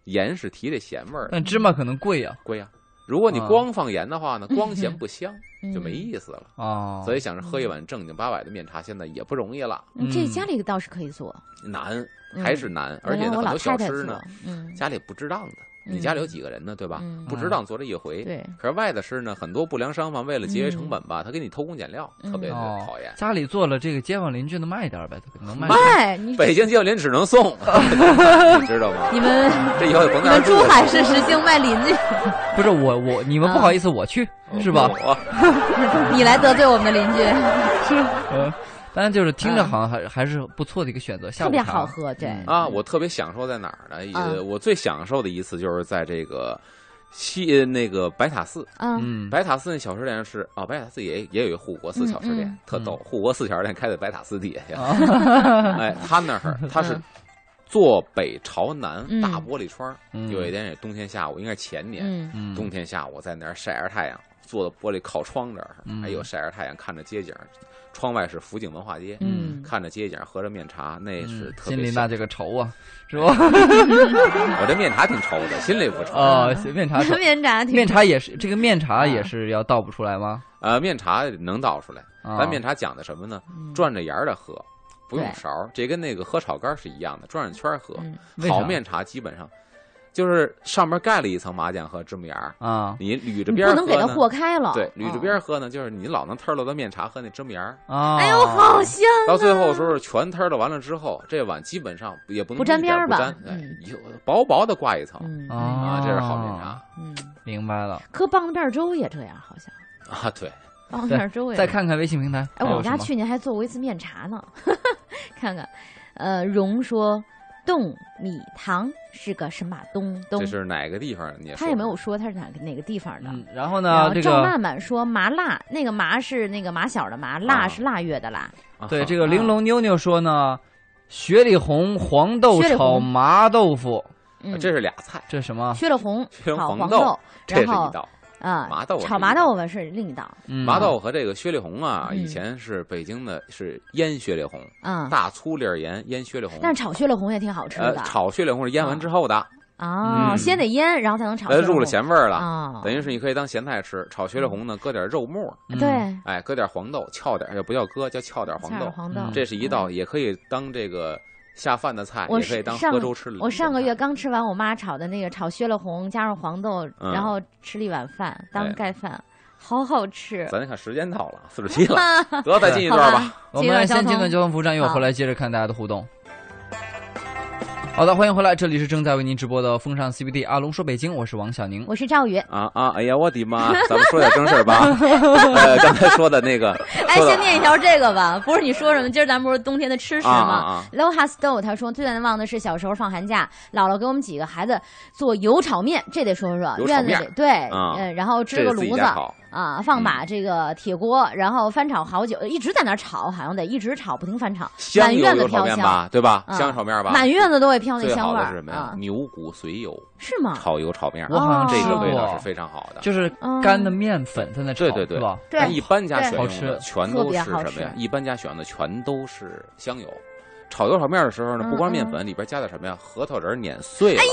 Speaker 3: 盐是提这咸味儿
Speaker 2: 嗯
Speaker 3: 的，
Speaker 1: 但芝麻可能贵啊呀。
Speaker 3: 贵呀、如果你
Speaker 1: 啊
Speaker 3: 光放盐的话呢，光咸不香，
Speaker 2: 哦嗯哦
Speaker 3: 就没意思了。
Speaker 1: 啊，
Speaker 3: 所以想着喝一碗正经八百的面茶，现在也不容易了，
Speaker 2: 嗯这
Speaker 1: 嗯
Speaker 2: 家里倒是可以做，嗯
Speaker 3: 难还是难，而且
Speaker 2: 原来我
Speaker 3: 呢，很
Speaker 2: 老太
Speaker 3: 多小
Speaker 2: 太
Speaker 3: 吃
Speaker 2: 做
Speaker 3: 呢，，
Speaker 2: 嗯，
Speaker 3: 家里不值当的，你
Speaker 2: 嗯
Speaker 3: 家里有几个人呢？对吧？
Speaker 2: 嗯
Speaker 3: 不值当做这一回。
Speaker 2: 对，
Speaker 3: 可是外的吃呢，很多不良商贩为了节约成本吧，他给你偷工减料，
Speaker 2: 嗯
Speaker 3: 特别的
Speaker 1: 哦
Speaker 3: 讨厌。
Speaker 1: 家里做了这个，街坊邻居能卖点儿呗，能卖。
Speaker 2: 哎，你
Speaker 3: 北京街坊邻只 能送，你知道吗？
Speaker 2: 你们
Speaker 3: 这以后也甭
Speaker 2: 你
Speaker 3: 在这
Speaker 2: 们
Speaker 3: 儿住
Speaker 2: 珠
Speaker 3: 了
Speaker 2: 海市实行卖邻居，
Speaker 1: 不是我我你们不好意
Speaker 3: 啊
Speaker 1: 思，我去是吧？
Speaker 3: 我
Speaker 2: 你来得罪我们邻居，
Speaker 1: 嗯，但是就是听着
Speaker 2: 嗯
Speaker 1: 好像还还是不错的一个选择，下
Speaker 2: 特
Speaker 1: 午
Speaker 2: 别
Speaker 1: 茶
Speaker 2: 好喝，对，
Speaker 1: 嗯
Speaker 3: 啊，我特别享受在哪儿呢？也
Speaker 2: 嗯
Speaker 3: 我最享受的一次就是在这个西呃那个白塔寺，
Speaker 2: 嗯
Speaker 1: 嗯，
Speaker 3: 白塔寺那小吃店是啊，白塔寺也也有一护国寺小吃店，
Speaker 2: 嗯嗯
Speaker 3: 特逗。护国寺小吃店开在白塔寺底下去，
Speaker 1: 啊
Speaker 3: 哎，他那儿他是坐北朝南，
Speaker 2: 嗯
Speaker 3: 大玻璃窗。
Speaker 1: 嗯
Speaker 3: 有一天也冬天下午，应该是前年、
Speaker 2: 嗯
Speaker 1: 嗯
Speaker 3: 冬天下午，在那儿晒着太阳，坐在玻璃靠窗这儿，
Speaker 1: 嗯
Speaker 3: 哎呦晒着太阳，看着街景，窗外是福景文化街，
Speaker 2: 嗯
Speaker 3: 看着街景，喝着面茶，那是
Speaker 1: 嗯
Speaker 3: 特
Speaker 1: 心
Speaker 3: 别哎
Speaker 1: 里
Speaker 3: 香。
Speaker 1: 那这个愁啊，是吧？
Speaker 3: 我这面茶挺稠的，心里不愁。
Speaker 1: 啊，面 茶愁
Speaker 3: 嗯
Speaker 2: 面茶挺
Speaker 1: 面茶也是这个面茶
Speaker 3: 啊
Speaker 1: 也是要倒不出来吗？
Speaker 3: 呃，面茶能倒出来，
Speaker 1: 啊，
Speaker 3: 咱面茶讲的什么呢？
Speaker 2: 嗯
Speaker 3: 转着沿儿的喝，不用
Speaker 2: 对
Speaker 3: 勺儿，这跟那个喝炒肝儿是一样的，转着圈儿喝。
Speaker 2: 嗯
Speaker 1: 为啥
Speaker 3: 好面茶基本上就是上面盖了一层麻酱和芝麻盐儿，
Speaker 1: 啊
Speaker 3: 你捋着
Speaker 2: 你
Speaker 3: 边
Speaker 2: 不
Speaker 3: 儿
Speaker 2: 能给
Speaker 3: 喝
Speaker 2: 它
Speaker 3: 呢
Speaker 2: 和开了，
Speaker 3: 对，捋着
Speaker 2: 嗯
Speaker 3: 边儿喝呢，就是你老能摊儿到的面茶和那芝麻盐儿，
Speaker 1: 啊，
Speaker 2: 哎呦，好香！
Speaker 3: 到最后的时候全摊儿到完了之后，这碗基本上也不能
Speaker 2: 不沾
Speaker 3: 一点
Speaker 2: 边儿吧
Speaker 3: 不沾，哎
Speaker 2: 嗯，
Speaker 3: 有薄薄的挂一层
Speaker 2: 嗯
Speaker 1: 啊
Speaker 3: 啊，这是好面茶
Speaker 2: 嗯，
Speaker 1: 明白了。
Speaker 2: 喝棒子面儿粥也这样，好像
Speaker 3: 啊，对，
Speaker 2: 棒子面儿粥也
Speaker 1: 再。看看微信平台，
Speaker 2: 哎，我们
Speaker 1: 还有
Speaker 2: 家
Speaker 1: 什么
Speaker 2: 去年还做过一次面茶呢，看看。呃，蓉说冻米堂是个神马东东
Speaker 3: 这，是哪个地方的？你
Speaker 2: 他也没有说他是哪个哪个地方的。
Speaker 1: 嗯，然后
Speaker 2: 然
Speaker 1: 呢，
Speaker 2: 后
Speaker 1: 这
Speaker 2: 赵
Speaker 1: 个
Speaker 2: 曼曼说麻辣，那个麻是那个麻小的麻，辣
Speaker 3: 啊
Speaker 2: 是腊月的腊。
Speaker 1: 对这
Speaker 3: 个
Speaker 1: 个
Speaker 2: 啊
Speaker 1: 玲珑妞妞说呢，雪里红黄豆
Speaker 2: 雪里
Speaker 1: 炒
Speaker 2: 红
Speaker 1: 麻豆腐，
Speaker 2: 嗯，
Speaker 3: 啊这是啊俩菜，
Speaker 1: 这什么？
Speaker 2: 缺了红
Speaker 3: 缺了
Speaker 2: 炒
Speaker 3: 黄
Speaker 2: 黄
Speaker 3: 豆
Speaker 2: 豆，
Speaker 3: 这是
Speaker 2: 然
Speaker 3: 一
Speaker 2: 后
Speaker 3: 道。
Speaker 2: 啊
Speaker 3: 麻豆是
Speaker 2: 炒
Speaker 3: 一
Speaker 2: 麻
Speaker 3: 道
Speaker 2: 豆腐是另一道。
Speaker 1: 嗯
Speaker 3: 麻豆和这个薛里红啊，
Speaker 2: 嗯
Speaker 3: 以前是北京的是腌薛里红，
Speaker 2: 嗯，
Speaker 3: 大粗粒儿盐腌薛里红。
Speaker 2: 但是炒血了红也挺好吃
Speaker 3: 呃
Speaker 2: 的，
Speaker 3: 炒薛里红是腌完之后的，
Speaker 2: 哦，
Speaker 1: 嗯
Speaker 2: 先得腌，然后才能炒血
Speaker 3: 呃，
Speaker 2: 了红。
Speaker 3: 入了咸味儿了，
Speaker 2: 啊，
Speaker 3: 等于是你可以当咸菜吃。炒薛里红呢，搁点肉末，
Speaker 1: 嗯
Speaker 2: 对，
Speaker 3: 哎，搁点黄豆，翘点儿，也不叫搁，叫翘点儿黄
Speaker 2: 馅儿
Speaker 3: 豆。
Speaker 2: 黄豆
Speaker 1: 嗯。
Speaker 3: 这是一道，也可以当这个下饭的菜，
Speaker 2: 我
Speaker 3: 也可以当
Speaker 2: 上
Speaker 3: 喝粥吃的。
Speaker 2: 我上个月刚吃完我妈炒的那个炒血了红，加上黄豆，
Speaker 3: 嗯
Speaker 2: 然后吃了一碗饭当
Speaker 3: 哎
Speaker 2: 盖饭，好好吃。
Speaker 3: 咱看时间到了，四十七 了，得再进一段
Speaker 2: 好
Speaker 3: 吧。
Speaker 1: 我
Speaker 2: 接着
Speaker 1: 们
Speaker 2: 交
Speaker 1: 先进
Speaker 2: 通
Speaker 1: 段交通服务站，一会儿
Speaker 2: 好
Speaker 1: 回来接着看大家的互动。好的，欢迎回来，这里是正在为您直播的风尚 CBD 阿龙说北京，我是王小宁。
Speaker 2: 我是赵宇，
Speaker 3: 啊啊！哎呀，我的妈！咱们说点正 事儿吧。呃，刚才说的那个，
Speaker 2: 哎，
Speaker 3: 说的
Speaker 2: 先念一条这个吧，不是你说什么？今儿咱不是冬天的吃食
Speaker 3: 啊啊
Speaker 2: 吗
Speaker 3: 啊
Speaker 2: ？Loha Stow 他说最难忘的是小时候放寒假，姥姥给我们几个孩子做油炒面，这得说说
Speaker 3: 油炒
Speaker 2: 院子
Speaker 3: 面
Speaker 2: 里对，
Speaker 3: 啊
Speaker 2: 嗯，然后支
Speaker 3: 这
Speaker 2: 个
Speaker 3: 是自己
Speaker 2: 炉子
Speaker 3: 家嗯烤，
Speaker 2: 啊，放把这个铁锅，然后翻炒好久，一直在那儿炒，好像得一直炒，不停翻炒，
Speaker 3: 香
Speaker 2: 满
Speaker 3: 油
Speaker 2: 院子
Speaker 3: 油炒
Speaker 2: 飘
Speaker 3: 面
Speaker 2: 香，
Speaker 3: 吧，对吧？
Speaker 2: 啊
Speaker 3: 香油炒面吧，
Speaker 2: 满院子都会飘那
Speaker 3: 最
Speaker 2: 香
Speaker 3: 好
Speaker 2: 味
Speaker 3: 的是什
Speaker 2: 儿嗯
Speaker 3: 么呀
Speaker 2: 啊？，
Speaker 3: 牛骨髓油
Speaker 2: 是吗？
Speaker 3: 炒油炒面儿，
Speaker 1: 我好像
Speaker 2: 哦
Speaker 3: 这
Speaker 1: 吃
Speaker 3: 个味道
Speaker 1: 过
Speaker 3: 是，非常好的。
Speaker 1: 就是
Speaker 2: 嗯
Speaker 1: 干的面粉在那炒，
Speaker 3: 对对对
Speaker 1: 是吧？
Speaker 2: 对
Speaker 3: 但一般家
Speaker 2: 对
Speaker 3: 选用的
Speaker 1: 好吃
Speaker 3: 全
Speaker 2: 特
Speaker 3: 都
Speaker 2: 别
Speaker 3: 是
Speaker 2: 好
Speaker 3: 什么呀？
Speaker 2: 吃
Speaker 3: 一般家选用的全都是香油。炒油炒面的时候呢，
Speaker 2: 嗯
Speaker 3: 不光是面粉，里边加点什么呀？核桃仁儿碾碎了，哎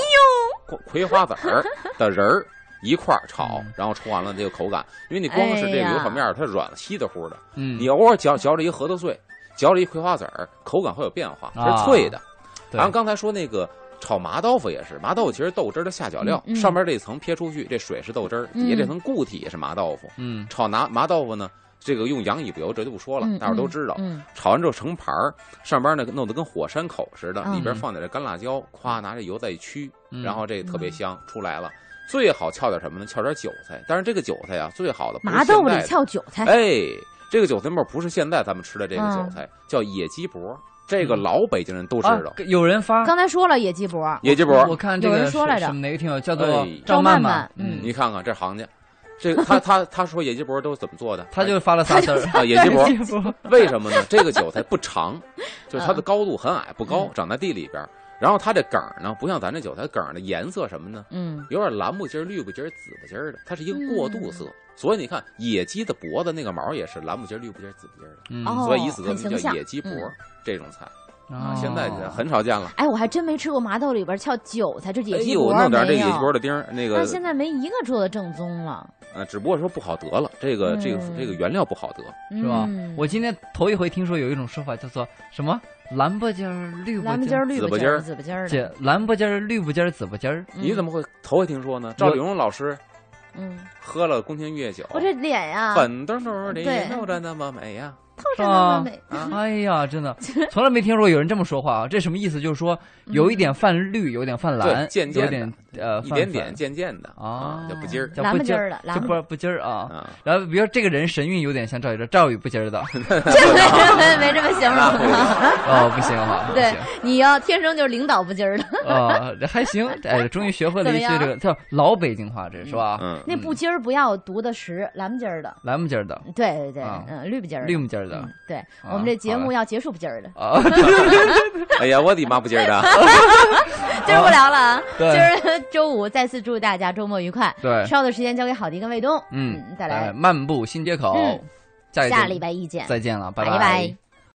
Speaker 3: 呦，葵花籽 儿的仁儿一块儿炒
Speaker 1: 嗯，
Speaker 3: 然后出完了这个口感。因为你光是
Speaker 2: 哎
Speaker 3: 这个
Speaker 2: 呀
Speaker 3: 油炒面儿，它软了稀的乎的，
Speaker 1: 嗯
Speaker 3: 你，偶尔嚼嚼着一核桃碎，嚼着一葵花籽儿，口感会有变化，它是脆的。
Speaker 1: 啊对
Speaker 3: 然后刚才说那个炒麻豆腐也是，麻豆腐其实豆汁儿的下脚料，
Speaker 2: 嗯嗯嗯
Speaker 3: 上面这层撇出去，这水是豆汁儿，底下这层固体也是麻豆腐。
Speaker 1: 嗯，
Speaker 3: 炒麻麻豆腐呢，这个用羊尾巴油这就不说了，
Speaker 2: 嗯
Speaker 3: 大伙儿都知道。
Speaker 2: 嗯，
Speaker 3: 炒完之后盛盘儿，上边呢弄得跟火山口似的，
Speaker 2: 嗯
Speaker 3: 里边放点这干辣椒，咵拿这油再一驱，
Speaker 1: 嗯
Speaker 3: 然后这特别香，出来了。最好翘点什么呢？翘点韭菜，但是这个韭菜啊，最好的不是
Speaker 2: 麻豆
Speaker 3: 现
Speaker 2: 里
Speaker 3: 在的
Speaker 2: 翘韭菜，
Speaker 3: 哎，这个韭菜末不是现在咱们吃的这个
Speaker 2: 嗯
Speaker 3: 韭菜，叫野鸡脖，这个老北京人都知
Speaker 1: 啊
Speaker 3: 道。，
Speaker 1: 有人发，
Speaker 2: 刚才说了野鸡脖儿，
Speaker 3: 野鸡
Speaker 1: 我
Speaker 3: 脖，
Speaker 1: 看这
Speaker 2: 有
Speaker 1: 个
Speaker 2: 人说
Speaker 1: 是
Speaker 2: 来着
Speaker 1: 是哪个听友叫
Speaker 3: 哎
Speaker 1: 做
Speaker 2: 赵
Speaker 1: 赵
Speaker 2: 曼
Speaker 1: 曼
Speaker 2: 曼
Speaker 1: 嗯，
Speaker 2: 嗯
Speaker 3: 你看看这行家，这个他他他说野鸡脖都是怎么做的？
Speaker 1: 他就发了仨字儿，
Speaker 3: 啊，野鸡脖，
Speaker 1: 脖，
Speaker 3: 为什么呢？这个韭菜不长，就是它的高度很矮，不高
Speaker 2: 嗯，
Speaker 3: 长在地里边儿。然后它这梗儿呢，不像咱这韭菜梗儿的颜色什么呢？
Speaker 2: 嗯，
Speaker 3: 有点蓝不筋儿、绿不筋儿、紫不筋儿的，它是一个过渡色。所以你看，野鸡的脖子那个毛也是蓝不筋儿、绿不筋儿、紫不筋儿的。
Speaker 1: 嗯
Speaker 2: 哦
Speaker 3: 所以以此得名
Speaker 2: 很形
Speaker 3: 叫
Speaker 2: 象
Speaker 3: 野鸡脖
Speaker 2: 嗯
Speaker 3: 这种菜，
Speaker 1: 啊
Speaker 3: 现在很少见了。
Speaker 2: 哎，我还真没吃过麻豆里边翘韭菜，这
Speaker 3: 哎
Speaker 2: 野鸡
Speaker 3: 呦，
Speaker 2: 脖儿
Speaker 3: 弄
Speaker 2: 没有。
Speaker 3: 点这野鸡脖的丁儿，那
Speaker 2: 那
Speaker 3: 个
Speaker 2: 现在没一个做的正宗了，
Speaker 3: 呃，只不过说不好得了，这个这个
Speaker 2: 嗯
Speaker 3: 这个原料不好得。
Speaker 2: 是
Speaker 1: 是吧？我今天头一回听说有一种说法叫做什么蓝不尖儿、绿不
Speaker 2: 蓝不
Speaker 1: 尖
Speaker 2: 尖
Speaker 1: 儿
Speaker 2: 儿、绿
Speaker 3: 紫
Speaker 2: 不
Speaker 3: 不
Speaker 2: 尖
Speaker 3: 尖
Speaker 2: 儿、
Speaker 3: 儿
Speaker 2: 紫不尖儿的，嗯
Speaker 1: 姐，蓝不尖儿、绿不尖儿、紫不尖儿，
Speaker 3: 你怎
Speaker 2: 么？
Speaker 3: 么会头一听说呢？赵丽蓉老师
Speaker 2: 嗯，
Speaker 3: 喝了宫廷玉液酒，
Speaker 2: 我这脸呀，
Speaker 3: 粉嘟嘟
Speaker 2: 啊
Speaker 3: 的
Speaker 2: 对
Speaker 3: 露着那么美呀。
Speaker 2: 透着那么
Speaker 1: 啊
Speaker 2: 美。
Speaker 3: 啊
Speaker 1: 哎呀，真的从来没听说有人这么说话啊！这什么意思？就是说有
Speaker 2: 嗯
Speaker 1: 一点泛绿，有一点泛蓝，
Speaker 3: 对渐渐
Speaker 1: 有
Speaker 3: 的
Speaker 1: 点呃
Speaker 3: 一
Speaker 1: 泛
Speaker 3: 点
Speaker 1: 粉
Speaker 3: 点渐渐的
Speaker 1: 啊
Speaker 3: 啊，就不劲儿
Speaker 1: 叫
Speaker 2: 蓝
Speaker 1: 不
Speaker 2: 不
Speaker 1: 劲
Speaker 2: 尖
Speaker 1: 儿
Speaker 2: 儿的，
Speaker 1: 就
Speaker 2: 蓝
Speaker 1: 不不劲儿啊。
Speaker 3: 啊。
Speaker 1: 然后比如说这个人神韵有点像赵宇哲，赵宇不劲 儿的
Speaker 2: 这没这 没没这么形
Speaker 3: 那不
Speaker 2: 容的。
Speaker 3: 行
Speaker 1: 哦，不行哈，不
Speaker 2: 对
Speaker 1: 行，
Speaker 2: 你要天生就是领导不尖儿的，
Speaker 1: 啊，这还 行，哎，终于学会了一
Speaker 2: 怎么
Speaker 1: 句这个叫老北京话，这是吧？
Speaker 3: 嗯，
Speaker 2: 那不尖儿不要读的实，蓝不尖儿的，
Speaker 1: 蓝不劲儿的，
Speaker 2: 对对对
Speaker 1: 啊，
Speaker 2: 嗯，绿不尖儿的，
Speaker 1: 绿不劲儿的
Speaker 2: 嗯，对
Speaker 1: 啊
Speaker 2: 我们这节
Speaker 1: 好
Speaker 2: 目
Speaker 1: 嘞
Speaker 2: 要结束不尖儿的，
Speaker 1: 啊，
Speaker 3: 哎呀，我的妈不劲儿的，
Speaker 2: 今儿不聊了啊，今
Speaker 1: 对
Speaker 2: 儿周五再次祝大家周末愉快，
Speaker 1: 对
Speaker 2: 稍后的时间交给郝迪跟卫东，
Speaker 1: 嗯，
Speaker 2: 再
Speaker 1: 来
Speaker 2: 来，
Speaker 1: 漫步新街口
Speaker 2: 嗯，
Speaker 1: 下一
Speaker 2: 下
Speaker 1: 周
Speaker 2: 礼拜一见，
Speaker 1: 再见了，
Speaker 2: 拜
Speaker 1: 拜。